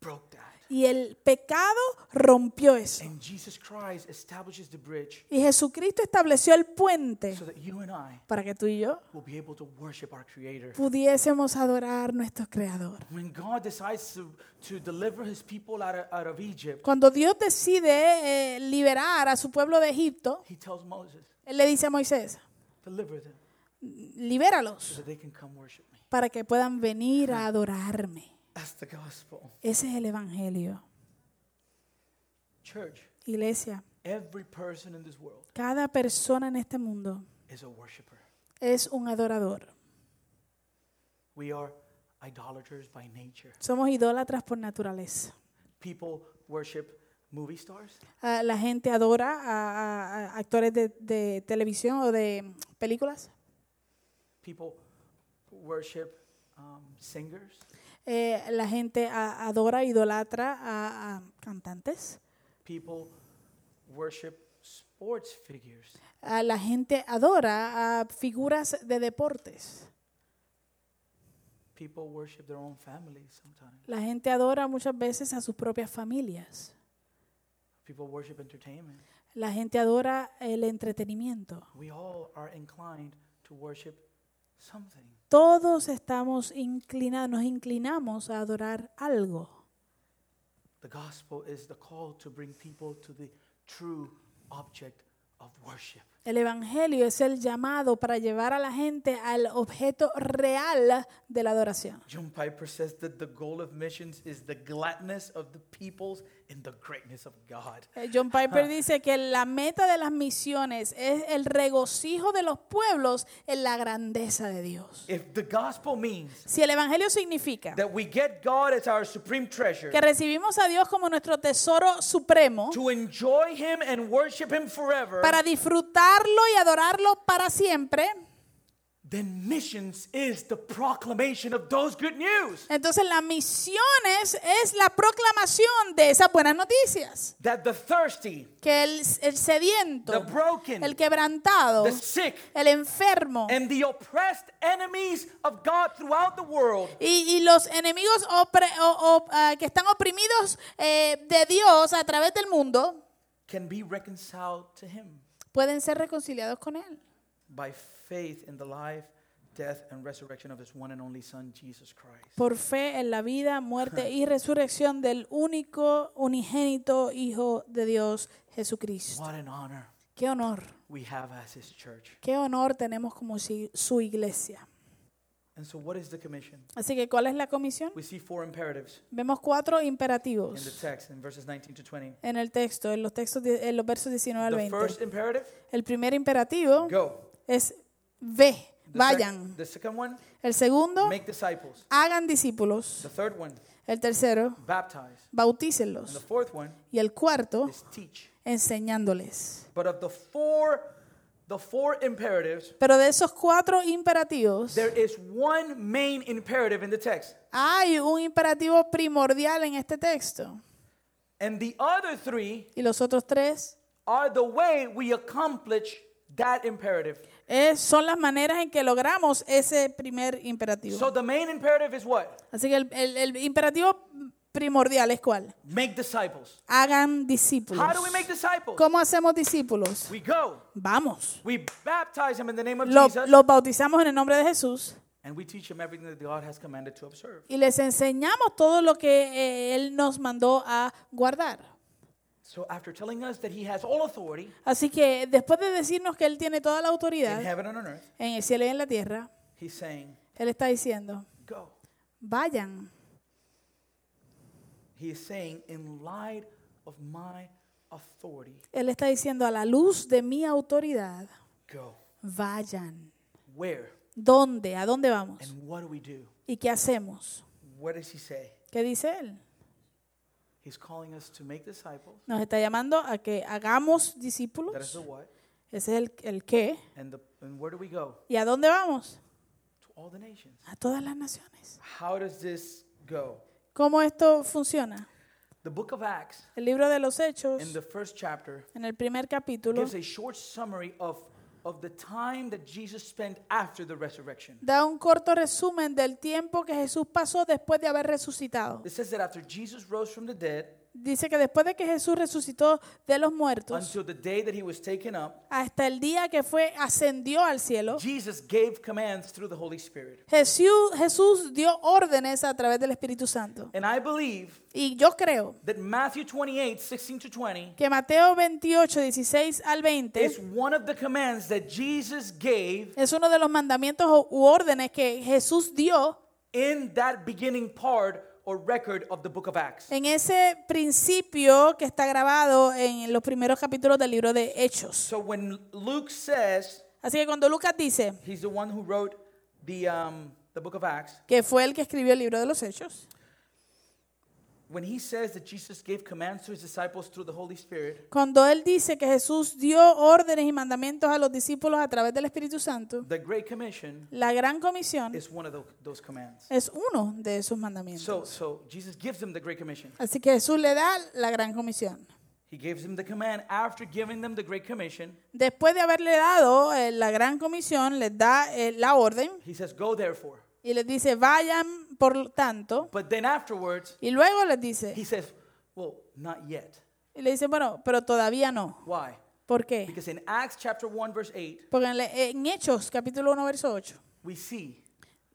A: broke that.
B: Y el pecado rompió eso.
A: And Jesus Christ establishes the bridge
B: Y Jesucristo estableció el puente
A: so that you and I
B: para que tú y yo
A: will be able to worship our Creator.
B: pudiésemos adorar nuestro Creador.
A: When God decides to, to deliver his people out of, out of Egypt,
B: Cuando Dios decide eh, liberar a su pueblo de Egipto,
A: he tells Moses,
B: Él le dice a Moisés,
A: deliver them so
B: libéralos
A: that they can come worship me.
B: para que puedan venir a adorarme.
A: That's the gospel.
B: Ese es el Evangelio.
A: Church,
B: Iglesia,
A: every person in this world
B: cada persona en este mundo
A: is a worshiper.
B: es un adorador.
A: We are idolaters by nature.
B: Somos idólatras por naturaleza.
A: People worship movie stars,
B: Ah, la gente adora a, a- a actores de, de televisión o de mm, películas.
A: people worship um, singers,
B: Eh, la gente a- adora, idolatra a, a cantantes.
A: people worship sports figures.
B: Ah, la gente adora a figuras de deportes.
A: People worship their own families sometimes.
B: La gente adora muchas veces a sus propias familias.
A: People worship entertainment.
B: La gente adora el entretenimiento.
A: We all are inclined to worship something.
B: Todos estamos inclinados, nos inclinamos a adorar algo.
A: The gospel is the call to bring people to the true object of worship.
B: El Evangelio es el llamado para llevar a la gente al objeto real de la adoración.
A: John Piper says that the goal of missions is the gladness of the peoples in the greatness of God.
B: Eh, John Piper dice que la meta de las misiones es el regocijo de los pueblos en la grandeza de Dios.
A: If the gospel means
B: Si el Evangelio significa
A: that we get God as our supreme treasure,
B: que recibimos a Dios como nuestro tesoro supremo
A: to enjoy Him and worship Him forever,
B: para disfrutarlo y adorarlo para siempre,
A: then missions is the proclamation of those good news.
B: entonces las misiones es la proclamación de esas buenas noticias.
A: That the thirsty,
B: Que el, el
A: the
B: sediento, el
A: broken,
B: quebrantado,
A: the sick,
B: el enfermo
A: and the oppressed enemies of God throughout the world
B: y, y los enemigos opre- o- o, ah, que están oprimidos eh, de Dios a través del mundo
A: can be reconciled to Him
B: pueden ser reconciliados con Él
A: by faith in the life, death, and resurrection of His one and only Son, Jesus Christ.
B: por fe en la vida, muerte y resurrección del único unigénito Hijo de Dios, Jesucristo.
A: What an honor
B: Qué honor,
A: we have as His church.
B: qué honor tenemos como si- su iglesia.
A: And so, what is the commission?
B: Así que, ¿cuál es la comisión?
A: We see four imperatives
B: Vemos cuatro
A: in the
B: imperativos
A: text in verses 19 to 20.
B: en el texto, en los, textos, de- en los versos 19 al
A: The
B: 20.
A: first imperative,
B: El primer imperativo
A: go.
B: es ve,
A: The sec-
B: vayan.
A: the second one,
B: El segundo,
A: make disciples.
B: hagan discípulos.
A: The third one,
B: El tercero,
A: baptize. And the
B: bautícenlos.
A: fourth one
B: Y el cuarto,
A: is teach.
B: enseñándoles.
A: But of the four, the four imperatives,
B: Pero de esos cuatro imperativos,
A: there is one main imperative in the text.
B: hay un imperativo primordial en este texto.
A: And the other three
B: Y los otros tres
A: are the way we accomplish that imperative.
B: es- eh, son las maneras en que logramos ese primer imperativo.
A: So the main imperative is what?
B: Así que el, el- el imperativo primordial es cuál?
A: Make disciples.
B: Hagan discípulos.
A: How do we make disciples?
B: ¿Cómo hacemos discípulos?
A: We go.
B: Vamos.
A: We baptize them in the name of
B: Lo-
A: Jesus.
B: los bautizamos en el nombre de Jesús.
A: And we teach them everything that God has commanded to observe.
B: y les enseñamos todo lo que eh, Él nos mandó a guardar.
A: So after telling us that he has all authority
B: Así que después de decirnos que Él tiene toda la
A: in
B: autoridad
A: heaven and on earth,
B: en el cielo y en la tierra,
A: he's saying,
B: Él está diciendo,
A: go.
B: vayan.
A: He is saying, in light of my authority,
B: Él está diciendo, a la luz de mi autoridad,
A: go.
B: vayan.
A: Where
B: ¿Dónde? ¿A dónde vamos?
A: and what do we do?
B: ¿Y qué hacemos?
A: What does he say?
B: ¿Qué dice Él?
A: He's calling us to make disciples.
B: Nos está llamando a que hagamos
A: That is
B: discípulos.
A: the what.
B: Ese es el, el qué.
A: And, the, and where do we go?
B: ¿Y a dónde vamos?
A: To all the nations.
B: A todas las naciones.
A: How does this go?
B: ¿Cómo esto funciona?
A: The book of Acts,
B: El libro de los Hechos.
A: in the first chapter,
B: en el primer capítulo
A: gives a short summary of of the time that Jesus spent after the resurrection.
B: Da un corto resumen del tiempo que Jesús pasó después de haber resucitado.
A: It says that after Jesus rose from the dead
B: Dice que después de que Jesús resucitó de los muertos,
A: until the day that he was taken up,
B: hasta el día que fue ascendió al cielo,
A: Jesus gave commands through the Holy Spirit.
B: Jesús, Jesús dio órdenes a través del Espíritu Santo.
A: And I believe
B: Y yo creo
A: that Matthew 28, 16 to 20
B: que Mateo 28, 16 al 20
A: is one of the commands that Jesus gave
B: es uno de los mandamientos o- u órdenes que Jesús dio
A: in that beginning part or record of the book of Acts.
B: en ese principio que está grabado en los primeros capítulos del libro de Hechos.
A: So when Luke says
B: Así que cuando Lucas dice
A: he's the one who wrote the, um, the book of Acts,
B: que fue el que escribió el libro de los Hechos,
A: when he says that Jesus gave commands to his disciples through the Holy Spirit,
B: cuando él dice que Jesús dio órdenes y mandamientos a los discípulos a través del Espíritu Santo,
A: the Great Commission
B: la gran comisión
A: is one of tho- those commands.
B: es uno de esos mandamientos.
A: So, so Jesus gives them the Great Commission.
B: Así que Jesús le da la gran comisión.
A: He gives them the command after giving them the Great Commission.
B: Después de haberle dado eh, la gran comisión, les da eh, la orden
A: He says, Go therefore.
B: y les dice, vayan por lo tanto.
A: But then afterwards,
B: Y luego les dice,
A: he says, Well, not yet.
B: y le dice, bueno, pero todavía no.
A: Why?
B: ¿Por qué?
A: Because in Acts chapter 1, verse 8,
B: Porque en, le- en Hechos, capítulo 1, verso 8,
A: we see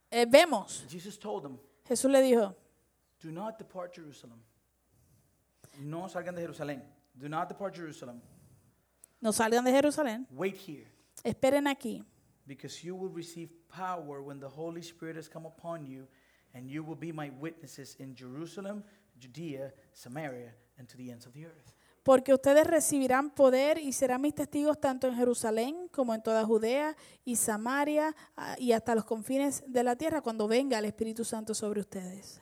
B: eh, vemos,
A: Jesus told them,
B: Jesús le dijo,
A: Do not depart Jerusalem. No salgan de Jerusalén. Do not depart Jerusalem.
B: no salgan de Jerusalén,
A: Wait here,
B: esperen aquí,
A: because you will receive power when the Holy Spirit has come upon you, and you will be my witnesses in Jerusalem, Judea, Samaria, and to the ends of the earth.
B: porque ustedes recibirán poder y serán mis testigos tanto en Jerusalén como en toda Judea y Samaria ah, y hasta los confines de la tierra cuando venga el Espíritu Santo sobre ustedes.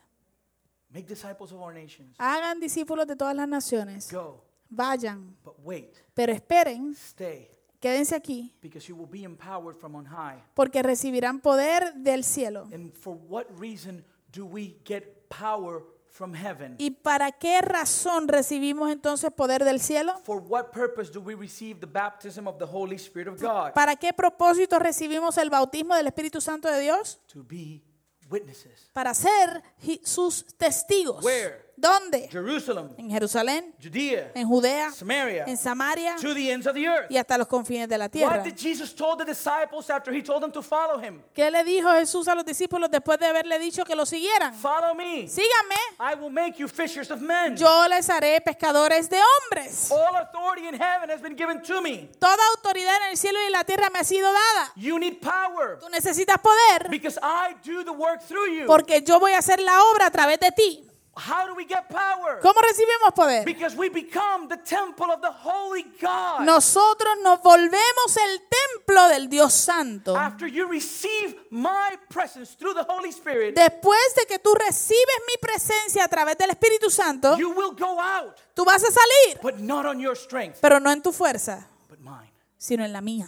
A: Make disciples of our nations.
B: Hagan discípulos de todas las naciones.
A: Go,
B: Vayan,
A: but wait,
B: pero esperen,
A: stay,
B: quédense aquí,
A: because you will be empowered from on high.
B: porque recibirán poder del cielo.
A: And for what reason do we get power from heaven?
B: ¿Y para qué razón recibimos entonces poder del cielo?
A: For what purpose do we receive the baptism of the Holy Spirit of God?
B: ¿Para qué propósito recibimos el bautismo del Espíritu Santo de Dios?
A: To be witnesses.
B: Para ser ji- sus testigos.
A: Where?
B: ¿Dónde?
A: Jerusalem,
B: En Jerusalén,
A: Judea,
B: en Judea,
A: Samaria,
B: en Samaria
A: to the ends of the earth.
B: y hasta los confines de la
A: What
B: tierra.
A: did Jesus told the disciples after he told them to follow him?
B: ¿Qué le dijo Jesús a los discípulos después de haberle dicho que lo siguieran?
A: Follow me.
B: Síganme,
A: I will make you fishers of men.
B: yo les haré pescadores de hombres.
A: All authority in heaven has been given to me.
B: Toda autoridad en el cielo y en la tierra me ha sido dada.
A: You need power
B: Tú necesitas poder
A: because I do the work through you.
B: porque yo voy a hacer la obra a través de ti.
A: How do we get power?
B: ¿Cómo recibimos poder?
A: Because we become the temple of the holy God.
B: Nosotros nos volvemos el templo del Dios Santo.
A: After you receive my presence through the Holy Spirit,
B: Después de que tú recibes mi presencia a través del Espíritu Santo,
A: you will go out,
B: tú vas a salir,
A: but not on your strength,
B: pero no en tu fuerza,
A: but mine.
B: sino en la mía.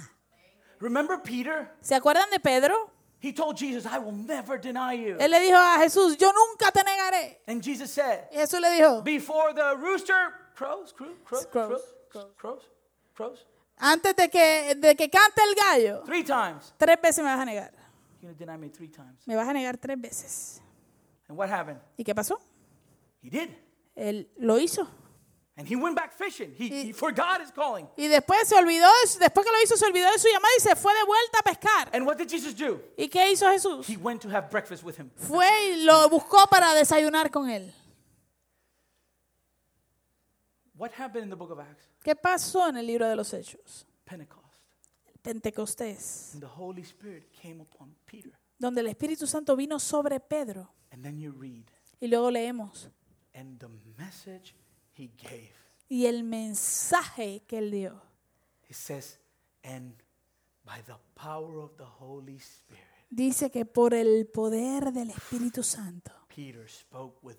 A: Remember Peter?
B: ¿Se acuerdan de Pedro?
A: He told Jesus, I will never deny you.
B: Él le dijo a Jesús, yo nunca te negaré.
A: And Jesus said,
B: Y Jesús le dijo,
A: Before the rooster crows, crow, crow, crows,
B: Crows,
A: crows, crows, crows,
B: antes de que, de que cante el gallo,
A: three times.
B: tres veces me vas a negar.
A: You're going to deny me three times.
B: Me vas a negar tres veces.
A: And what happened?
B: ¿Y qué pasó?
A: He did.
B: Él lo hizo.
A: And he went back fishing. He,
B: Y-
A: he forgot his calling.
B: Y después se olvidó, de su- después que lo hizo, se olvidó de su llamada y se fue de vuelta a pescar.
A: And what did Jesus do?
B: ¿Y qué hizo Jesús?
A: He went to have breakfast with him.
B: Fue y lo buscó para desayunar con él.
A: What happened in the book of Acts?
B: ¿Qué pasó en el libro de los Hechos?
A: Pentecost.
B: El Pentecostés,
A: And the Holy Spirit came upon Peter.
B: donde el Espíritu Santo vino sobre Pedro.
A: And then you read,
B: Y luego leemos.
A: and the message he gave.
B: Y el mensaje que él dio.
A: It says, and by the power of the Holy Spirit,
B: Dice que por el poder del Espíritu Santo,
A: Peter spoke with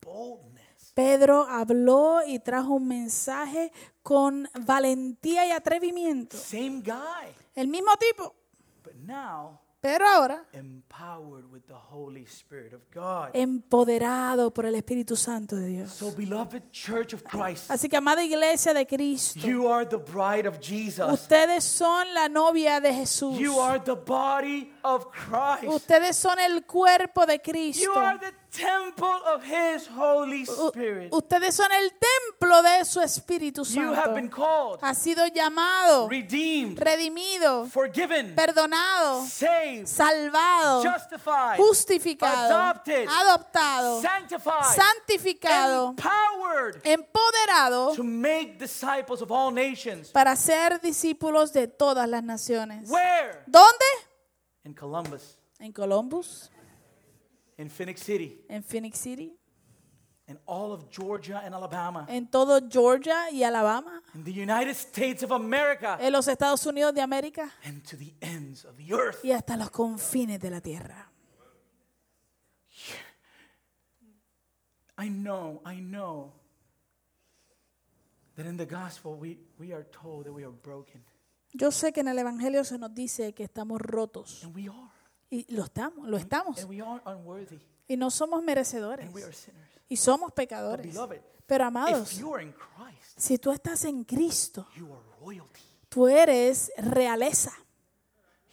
A: boldness.
B: Pedro habló y trajo un mensaje con valentía y atrevimiento.
A: Same guy.
B: El mismo tipo,
A: But now
B: pero ahora
A: empowered with the Holy Spirit of God.
B: empoderado por el Espíritu Santo de Dios.
A: So, beloved Church of Christ,
B: Así que, amada iglesia de Cristo,
A: you are the bride of Jesus.
B: ustedes son la novia de Jesús.
A: You are the body of Christ.
B: Ustedes son el cuerpo de
A: You
B: Cristo.
A: are the temple of His Holy Spirit.
B: U- Ustedes son el templo de su Espíritu
A: You have been
B: Santo.
A: called,
B: Ha sido llamado,
A: redeemed,
B: redimido,
A: forgiven,
B: perdonado,
A: saved,
B: salvado,
A: justified,
B: justificado,
A: adopted,
B: adoptado,
A: sanctified,
B: santificado,
A: empowered
B: empoderado
A: to make disciples of all nations.
B: para ser discípulos de todas las naciones.
A: Where?
B: ¿Dónde?
A: In Columbus,
B: En Columbus,
A: in Phoenix City,
B: en Phoenix City,
A: in all of Georgia and Alabama,
B: en todo Georgia y Alabama,
A: in the United States of America,
B: en los Estados Unidos de América
A: and to the ends of the earth.
B: y hasta los confines de la tierra.
A: I know, I know that in the gospel we, we are told that we are broken.
B: Yo sé que en el Evangelio se nos dice que estamos rotos
A: And we are.
B: y lo estamos, lo estamos
A: And we are unworthy.
B: y no somos merecedores
A: And we are sinners.
B: y somos
A: But
B: pecadores.
A: beloved,
B: Pero
A: if
B: amados,
A: you are in Christ,
B: si tú estás en Cristo,
A: you are royalty.
B: tú eres realeza,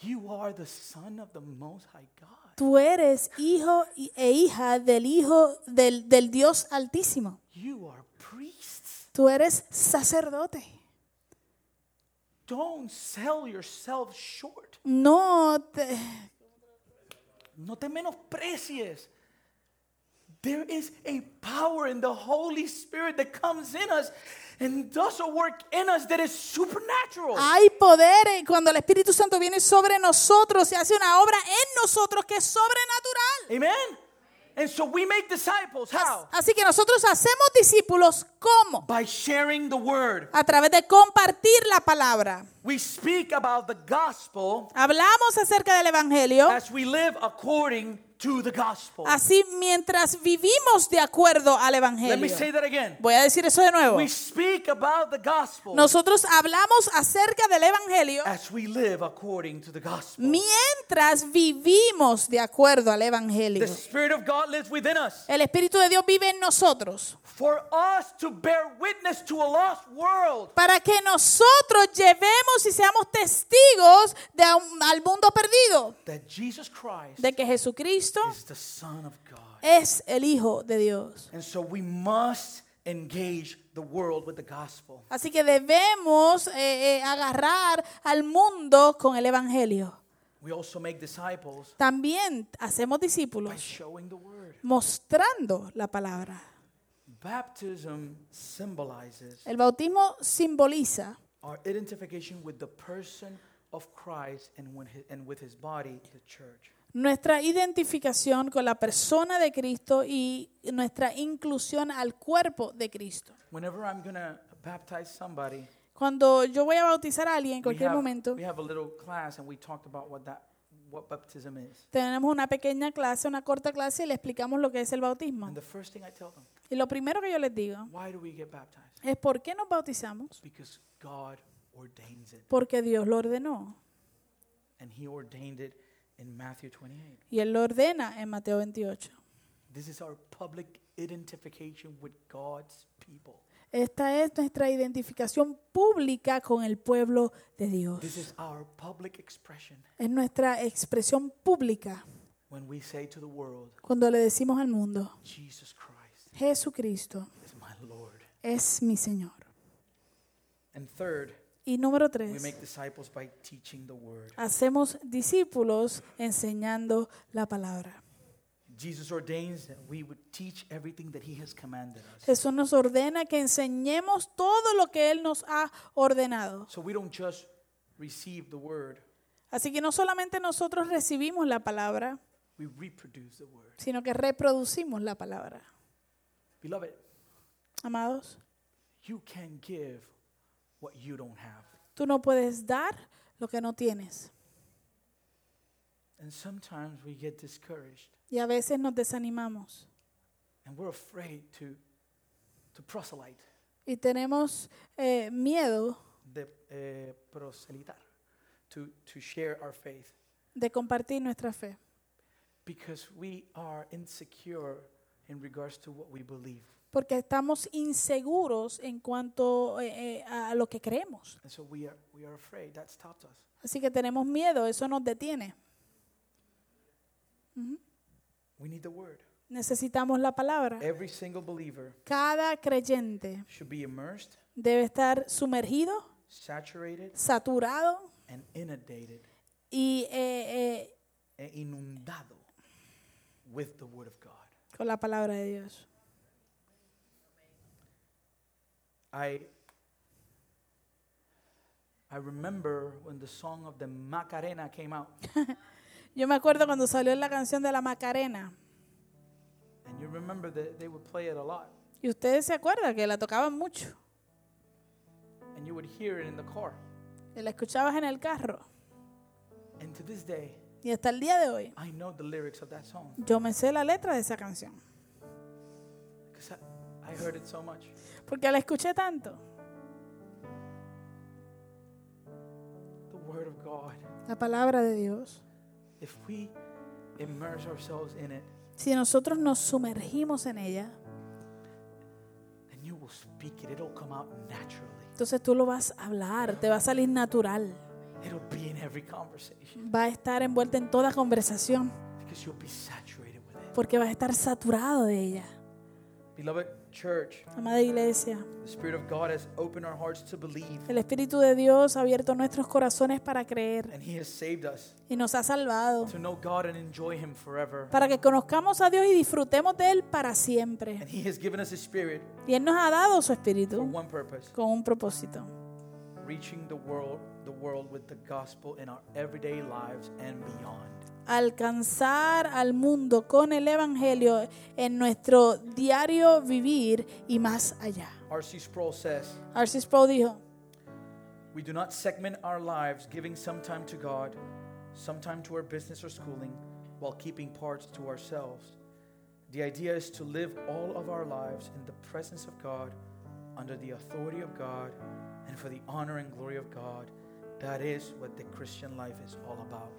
A: You are the son of the most high God.
B: tú eres hijo y- e hija del hijo del, del Dios Altísimo,
A: You are priests.
B: tú eres sacerdote.
A: Don't sell yourself short.
B: No te-
A: No te menosprecies. There is a power in the Holy Spirit that comes in us and does a work in us that is supernatural.
B: hay poder eh, cuando el Espíritu Santo viene sobre nosotros y hace una obra en nosotros que es sobrenatural.
A: Amen. And so we make disciples. How?
B: Así que nosotros hacemos discípulos ¿cómo?
A: By sharing the word.
B: A través de compartir la palabra.
A: We speak about the gospel
B: Hablamos acerca del Evangelio.
A: as we live according to the gospel.
B: Así mientras vivimos de acuerdo al
A: Let me say
B: Evangelio.
A: that again.
B: Voy a decir eso de nuevo.
A: We speak about the gospel
B: Nosotros hablamos acerca del Evangelio
A: as we live according to the gospel.
B: mientras vivimos de acuerdo al Evangelio.
A: The Spirit of God lives within us.
B: El Espíritu de Dios vive en nosotros
A: For us to bear witness to a lost world,
B: para que nosotros llevemos y seamos testigos de a un- al mundo perdido
A: that Jesus Christ
B: de que Jesucristo
A: is the Son of God.
B: es el Hijo de Dios.
A: And so we must engage the world with the gospel.
B: Así que debemos eh, eh, agarrar al mundo con el Evangelio.
A: We also make disciples
B: También hacemos
A: by
B: discípulos
A: showing the word.
B: mostrando la palabra.
A: Baptism symbolizes
B: El bautismo simboliza
A: our identification with the person of Christ and with his, and with his body, the church.
B: nuestra identificación con la persona de Cristo y nuestra inclusión al cuerpo de Cristo.
A: Whenever I'm going to baptize somebody,
B: Cuando yo voy a bautizar a alguien en
A: we
B: cualquier
A: have,
B: momento,
A: we have a little class and we talked about what that what baptism is.
B: tenemos una pequeña clase, una corta clase y le explicamos lo que es el bautismo.
A: And the first thing I tell them,
B: Y lo primero que yo les digo
A: why do we get baptized?
B: es por qué nos bautizamos.
A: Because God ordains it.
B: Porque Dios lo ordenó.
A: And he ordained it in Matthew 28.
B: Y Él lo ordena en Mateo 28.
A: This is our public identification with God's people.
B: Esta es nuestra identificación pública con el pueblo de
A: This is
B: Dios.
A: our public expression
B: Es nuestra expresión pública
A: when we say to the world,
B: cuando le decimos al mundo,
A: Jesus Christ
B: Jesucristo
A: is my Lord.
B: es mi Señor.
A: And third,
B: Y número
A: we
B: tres,
A: make disciples by teaching the word.
B: hacemos discípulos enseñando la palabra.
A: Jesus ordains that we would teach everything that he has commanded us.
B: Jesús nos ordena que enseñemos todo lo que Él nos ha ordenado.
A: So we don't just receive the word,
B: Así que no solamente nosotros recibimos la palabra,
A: we reproduce the word.
B: sino que reproducimos la palabra.
A: Beloved,
B: Amados,
A: you can give what you don't have.
B: tú no puedes dar lo que no tienes.
A: And sometimes we get discouraged
B: Y a veces nos desanimamos
A: and we're afraid to, to proselyte,
B: y tenemos eh, miedo
A: de, eh, proselitar, to, to share our faith.
B: de compartir nuestra fe,
A: because we are insecure in regards to what we believe.
B: porque estamos inseguros en cuanto eh, eh, a lo que creemos.
A: And so we are, we are afraid. That stopped us.
B: Así que tenemos miedo, eso nos detiene.
A: We need the word.
B: Necesitamos la palabra.
A: Every single believer
B: Cada creyente
A: should be immersed,
B: debe estar sumergido,
A: saturated,
B: saturado
A: and inundated,
B: y eh, eh,
A: e inundado with the word of God.
B: con la palabra de Dios.
A: I I remember when the song of the Macarena came out.
B: Yo me acuerdo cuando salió la canción de la Macarena.
A: And you remember that they would play it a lot.
B: Y ustedes se acuerdan que la tocaban mucho.
A: And you would hear it in the car.
B: que La escuchabas en el carro.
A: And to this day,
B: Y hasta el día de hoy,
A: I know the lyrics of that song
B: yo me sé la letra de esa canción.
A: because I, I heard it so much.
B: Porque la escuché tanto.
A: The Word of God.
B: La palabra de Dios.
A: If we immerse ourselves in it,
B: Si nosotros nos sumergimos en ella,
A: then you will speak it. It'll come out naturally.
B: entonces tú lo vas a hablar, te va a salir natural.
A: It'll be in every conversation
B: Va a estar envuelta en toda conversación
A: because you'll be saturated with it.
B: porque vas a estar saturado de ella.
A: Beloved church,
B: Amada iglesia,
A: the Spirit of God has opened our hearts to believe,
B: el Espíritu de Dios ha abierto nuestros corazones para creer
A: and He has saved us
B: y nos ha salvado
A: to know God and enjoy Him forever.
B: para que conozcamos a Dios y disfrutemos de Él para siempre.
A: And He has given us His Spirit
B: Y Él nos ha dado su
A: for
B: Espíritu
A: one purpose
B: con un propósito,
A: reaching the world the world with the gospel in our everyday lives and beyond.
B: alcanzar al mundo con el Evangelio en nuestro diario vivir y más allá.
A: R.C. Sproul says,
B: Arcis Pro dijo,
A: We do not segment our lives, giving some time to God, some time to our business or schooling, while keeping parts to ourselves. The idea is to live all of our lives in the presence of God, under the authority of God, and for the honor and glory of God. That is what the Christian life is all about.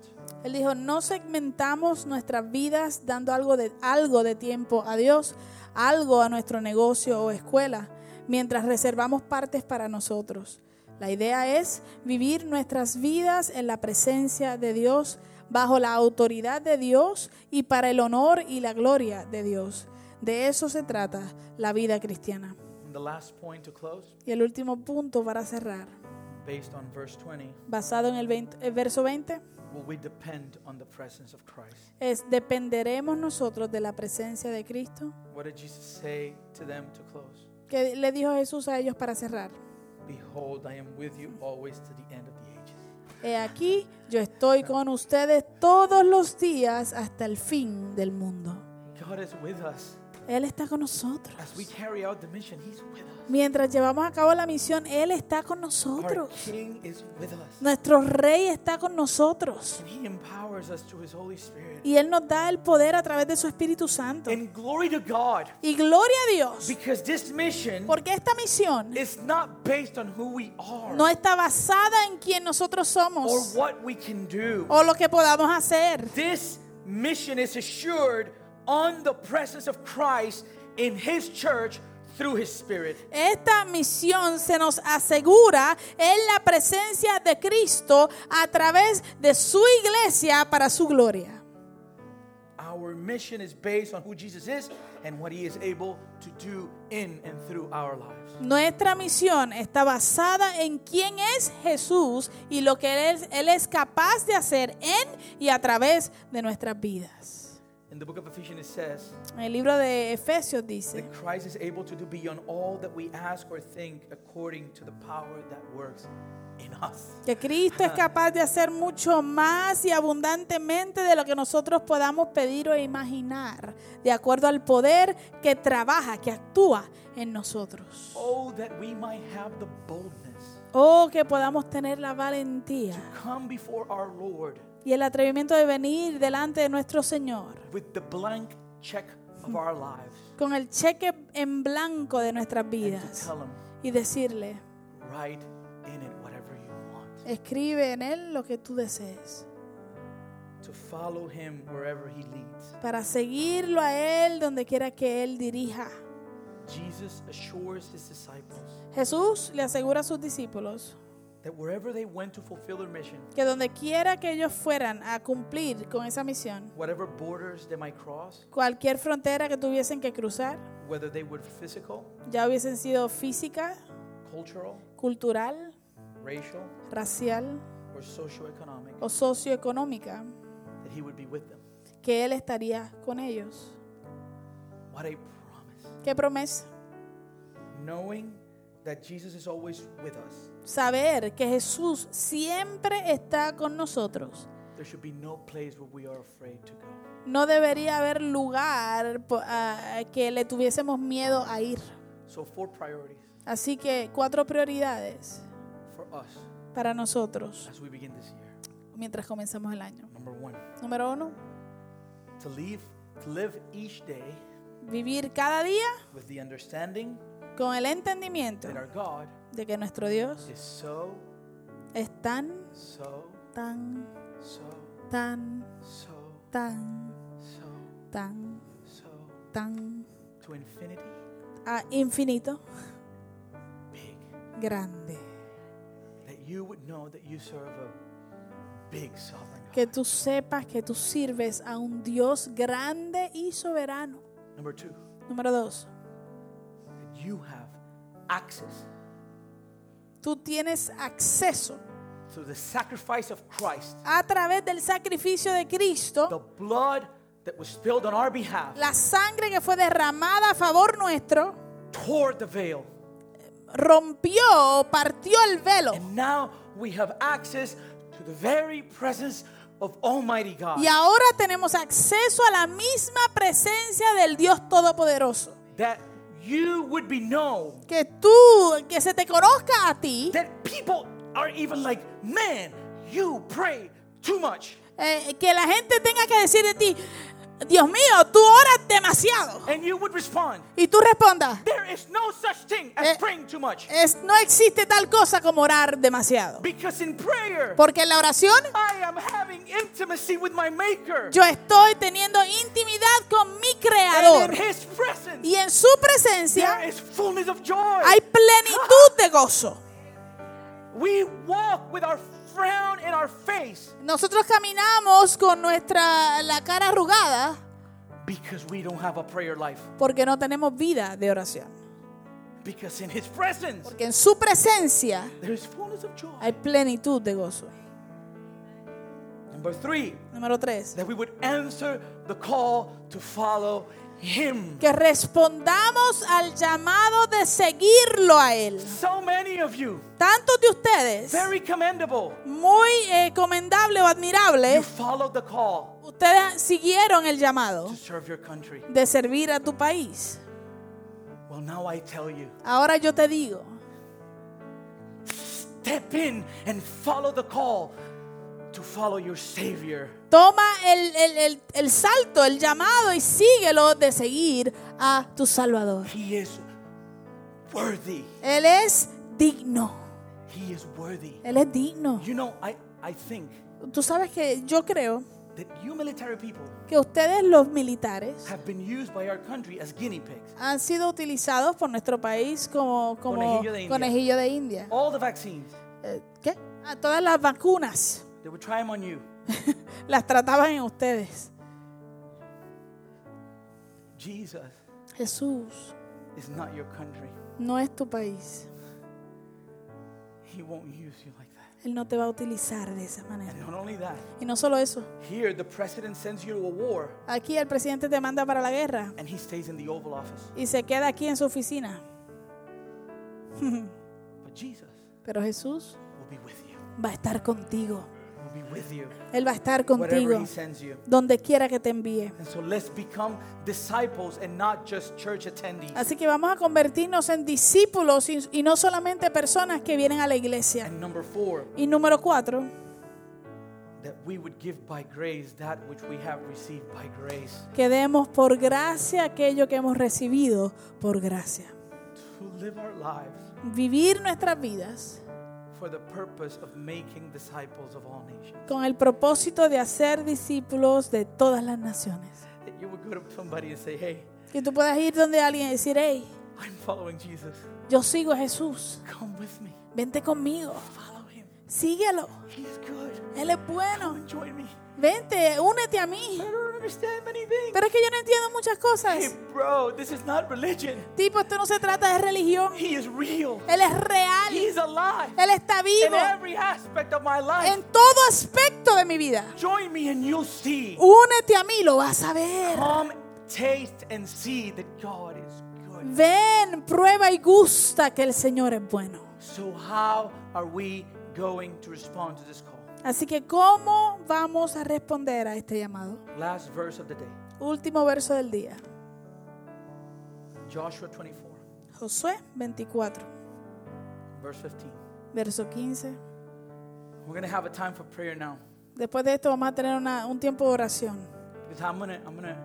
B: él dijo, no segmentamos nuestras vidas dando algo de, algo de tiempo a Dios, algo a nuestro negocio o escuela, mientras reservamos partes para nosotros. La idea es vivir nuestras vidas en la presencia de Dios, bajo la autoridad de Dios y para el honor y la gloria de Dios. De eso se trata la vida cristiana.
A: And the last point to close,
B: Y el último punto para cerrar,
A: based on verse 20,
B: basado en el, 20 el verso 20.
A: will we depend on the presence of Christ?
B: es dependeremos nosotros de la presencia de Cristo.
A: What did Jesus say to them to close?
B: ¿Qué le dijo Jesús a ellos para cerrar?
A: Behold, I am with you always to the end of the ages.
B: He aquí, yo estoy con ustedes todos los días hasta el fin del mundo.
A: God is with us.
B: Él está con nosotros.
A: As we carry out the mission, He's with us.
B: Mientras llevamos a cabo la misión, Él está con
A: Our
B: nosotros.
A: King is with us.
B: Nuestro Rey está con nosotros.
A: And He empowers us through His Holy Spirit.
B: Y Él nos da el poder a través de su Espíritu Santo.
A: And glory to God,
B: Y gloria a Dios,
A: because this mission
B: porque esta misión
A: is not based on who we are
B: no está basada en quien nosotros
A: or
B: somos
A: what we can do.
B: o lo que podamos hacer.
A: This mission is assured on the presence of Christ in His church through His Spirit.
B: Esta misión se nos asegura en la presencia de Cristo a través de su iglesia para su gloria.
A: Our mission is based on who Jesus is and what He is able to do in and through our lives.
B: Nuestra misión está basada en quién es Jesús y lo que Él es, Él es capaz de hacer en y a través de nuestras vidas.
A: In the book of Ephesians, it says,
B: En el libro de Efesios dice
A: that Christ is able to do beyond all that we ask or think according to the power that works in us.
B: que Cristo es capaz de hacer mucho más y abundantemente de lo que nosotros podamos pedir o imaginar, de acuerdo al poder que trabaja, que actúa en nosotros.
A: Oh, that we might have the boldness
B: Oh, que podamos tener la
A: to
B: valentía
A: come before our Lord
B: y el atrevimiento de venir delante de nuestro Señor
A: with the blank check of our lives
B: con el cheque en blanco de nuestras
A: and to
B: vidas
A: tell Him,
B: y decirle,
A: write in it whatever you want.
B: escribe en Él lo que tú desees.
A: to follow him wherever he leads.
B: para seguirlo a Él donde quiera que Él dirija.
A: Jesus assures his disciples
B: Jesús le asegura a sus discípulos
A: that wherever they went to fulfill their mission,
B: que donde quiera que ellos fueran a cumplir con esa misión,
A: whatever borders they might cross,
B: cualquier frontera que tuviesen que cruzar,
A: whether they were physical,
B: ya hubiesen sido física,
A: cultural,
B: cultural,
A: racial,
B: racial
A: or socioeconomic,
B: o socioeconómica,
A: that he would be with them.
B: que Él estaría con ellos.
A: What a promise.
B: ¿Qué promesa?
A: Knowing that Jesus is always with us,
B: Saber que Jesús siempre está con nosotros.
A: there should be no place where we are afraid to go.
B: No debería haber lugar po- a- que le tuviésemos miedo a ir.
A: So, four priorities
B: Así que cuatro prioridades
A: for us
B: para nosotros
A: as we begin this year.
B: mientras comenzamos el año.
A: Number one,
B: Número uno,
A: to, leave, to live each day
B: vivir cada día
A: with the understanding
B: con el entendimiento
A: that our God
B: de que nuestro Dios
A: is so,
B: es tan,
A: so,
B: tan,
A: so,
B: tan,
A: so,
B: tan,
A: so,
B: tan,
A: so,
B: tan
A: to infinity,
B: a infinito
A: big.
B: grande.
A: That you would know that you serve a big sovereign God.
B: Que tú sepas que tú sirves a un Dios grande y soberano.
A: Number two,
B: Número dos,
A: that you have access
B: tú tienes acceso
A: through the sacrifice of Christ,
B: a través del sacrificio de
A: the
B: Cristo,
A: blood that was spilled on our behalf,
B: la sangre que fue derramada a favor nuestro,
A: tore the veil.
B: rompió, partió el velo.
A: And now we have access to the very presence of Almighty God.
B: Y ahora tenemos acceso a la misma presencia del Dios Todopoderoso.
A: That you would be known.
B: Que tú, que se te conozca a ti,
A: That people are even like, man, you pray too much.
B: eh, que la gente tenga que decir de ti, Dios mío, tú oras demasiado.
A: And you would respond,
B: Y tú respondas,
A: there is no such thing as
B: Eh,
A: praying too much.
B: "Es- no existe tal cosa como orar demasiado.
A: Because in prayer,
B: Porque en la oración
A: I am having intimacy with my Maker.
B: yo estoy teniendo intimidad con mi
A: And
B: Creador.
A: in His presence,
B: Y en su
A: there
B: presencia
A: is fullness of joy.
B: hay plenitud de gozo.
A: We walk with our frown in our face
B: Nosotros caminamos con nuestra la cara arrugada
A: because we don't have a prayer life.
B: porque no tenemos vida de oración.
A: Because in His presence,
B: Porque en su presencia
A: there is fullness of joy.
B: hay plenitud de gozo.
A: Number three,
B: Número tres.
A: that we would answer the call to follow Him.
B: Que respondamos al llamado de seguirlo a él.
A: So many of you,
B: Tantos de ustedes,
A: very commendable,
B: muy eh, commendable o
A: you
B: admirable,
A: followed the call
B: ustedes siguieron el llamado
A: to serve your country.
B: de servir a tu país.
A: Well, now I tell you,
B: Ahora yo te digo,
A: step in and follow the call to follow your Savior.
B: toma el, el- el- el salto, el llamado y síguelo de seguir a tu Salvador.
A: He is worthy.
B: Él es digno.
A: He is worthy.
B: Él es digno.
A: You know, I, I think
B: Tú sabes que yo creo
A: that you military people
B: que ustedes los militares
A: have been used by our country as guinea pigs.
B: han sido utilizados por nuestro país como, como
A: Conejillo de India.
B: conejillo de India.
A: All the vaccines,
B: Eh, ¿Qué? A todas las vacunas
A: they would try them on you.
B: las trataban en ustedes.
A: Jesus
B: Jesús
A: is not your country.
B: no es tu país.
A: He won't use you like that.
B: Él no te va a utilizar de esa
A: And
B: manera.
A: not only that,
B: Y no solo eso.
A: here the president sends you to a war
B: Aquí el presidente te manda para la guerra
A: and he stays in the Oval Office.
B: y se queda aquí en su oficina.
A: But Jesus
B: Pero Jesús
A: will be with you.
B: va a estar contigo.
A: Will be with you.
B: Él va a estar
A: Whatever
B: contigo
A: he sends you.
B: donde quiera que te envíe.
A: And so let's become disciples and not just church attendees.
B: Así que vamos a convertirnos en discípulos y, y no solamente personas que vienen a la iglesia.
A: And number four,
B: Y número cuatro,
A: that we would give by grace that which we have received by grace.
B: que demos por gracia aquello que hemos recibido por gracia.
A: To live our lives
B: Vivir nuestras vidas
A: for the purpose of making disciples of all nations.
B: con el propósito de hacer discípulos de todas las naciones.
A: That you would go to somebody and say, Hey,
B: Que tú puedas ir donde alguien y decir, hey,
A: I'm following Jesus.
B: yo sigo a Jesús,
A: Come with me.
B: vente conmigo,
A: Follow him.
B: síguelo,
A: He's good.
B: Él es bueno,
A: Join me.
B: vente, únete a mí.
A: I don't understand many things.
B: Pero es que yo no entiendo muchas
A: Hey,
B: cosas.
A: bro, this is not religion.
B: Tipo, esto no se trata de religión,
A: He is real.
B: Él es real,
A: He's alive
B: Él está
A: in
B: vivo
A: every aspect of my life.
B: en todo aspecto de mi vida.
A: Join me and you'll see.
B: Únete a mí, lo vas a ver.
A: Come, taste, and see that God is good.
B: Ven, prueba y gusta que el Señor es bueno.
A: So, how are we going to respond to this call?
B: Así que, ¿cómo vamos a responder a este llamado?
A: Last verse of the day
B: Último verso del día.
A: Joshua 24,
B: Josué 24,
A: verse 15.
B: verso 15.
A: We're going to have a time for prayer now
B: Después de esto vamos a tener una- un tiempo de oración.
A: because I'm going to I'm going to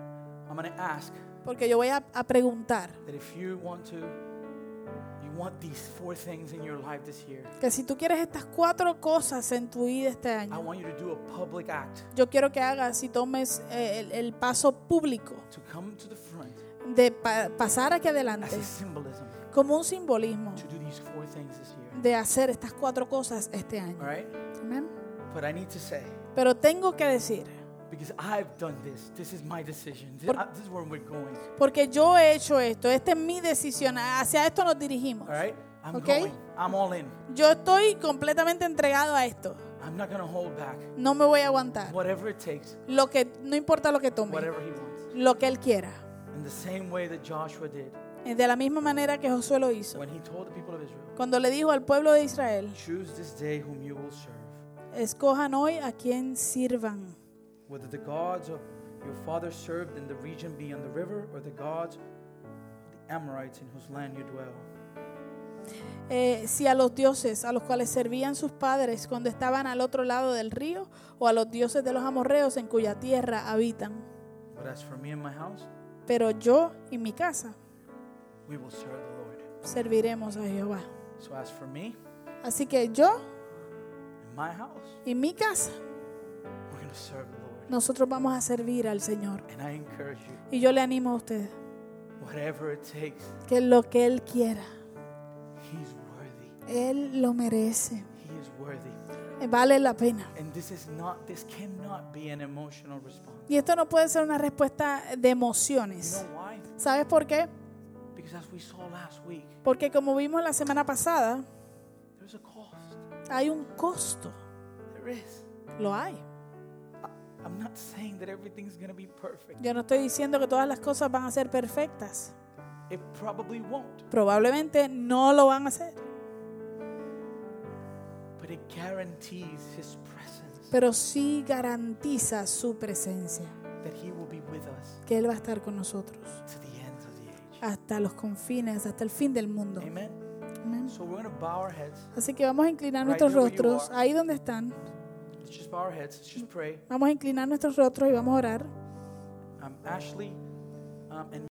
A: I'm going to ask
B: Porque yo voy a, a preguntar
A: that if you want to you want these four things in your life this year.
B: que si tú quieres estas cuatro cosas en tu vida este
A: I
B: año,
A: want you to do a public act
B: yo quiero que hagas y tomes eh, el, el paso público
A: to come to the front
B: de pa- pasar aquí
A: as
B: adelante
A: a symbolism
B: como un simbolismo
A: to do these four things this year.
B: de hacer estas cuatro cosas este
A: All
B: año.
A: right?
B: Amén.
A: But I need to say
B: Pero tengo que decir,
A: because I've done this. This is my decision. This,
B: Por-
A: I- this is where we're going.
B: porque yo he hecho esto, esta es mi decisión, hacia esto nos dirigimos.
A: All right? I'm
B: Okay.
A: going. I'm all in.
B: Yo estoy completamente entregado a esto.
A: I'm not going to hold back.
B: No me voy a aguantar.
A: Whatever it takes,
B: Lo que no importa lo que tome,
A: whatever he wants.
B: lo que él quiera. Eh,
A: In the same way that Joshua did
B: De la misma manera que Josué lo hizo.
A: when he told the people of Israel,
B: Cuando le dijo al pueblo de Israel,
A: choose this day whom you will serve,
B: escojan hoy a quien sirvan,
A: whether the gods of your fathers served in the region beyond the river or the gods of the Amorites in whose land you dwell.
B: Eh, si a los dioses a los cuales servían sus padres cuando estaban al otro lado del río, o a los dioses de los amorreos en cuya tierra habitan.
A: But as for me and my house,
B: Pero yo y mi casa
A: we will serve the Lord.
B: serviremos a Jehová.
A: So as for me
B: Así que yo
A: and my house,
B: y mi casa,
A: we're going to serve the Lord.
B: nosotros vamos a servir al Señor.
A: And I encourage you,
B: Y yo le animo a usted
A: whatever it takes,
B: que lo que Él quiera,
A: He's worthy.
B: Él lo merece.
A: He is worthy.
B: Vale la pena.
A: And this is not, this cannot be an emotional response.
B: Y esto no puede ser una respuesta de
A: You
B: emociones.
A: know why?
B: ¿Sabes por qué?
A: Because as we saw last week,
B: Porque como vimos la semana pasada,
A: there's a cost.
B: hay un costo.
A: There is.
B: Lo hay.
A: I'm not saying that everything's going to be perfect.
B: Yo no estoy diciendo que todas las cosas van a ser perfectas.
A: It probably won't.
B: Probablemente no lo van a hacer.
A: But it guarantees His presence,
B: Pero sí garantiza su presencia,
A: that He will be with us
B: que Él va a estar con nosotros
A: to the ends of the age.
B: hasta los confines, hasta el fin del mundo.
A: Amen.
B: Amén.
A: So we're going to bow our heads.
B: Así que vamos a inclinar
A: Right
B: nuestros
A: there where you
B: rostros,
A: are.
B: ahí donde están.
A: Let's just bow our heads. Let's just pray.
B: Vamos a inclinar nuestros rostros y vamos a orar.
A: Um, Ashley um, and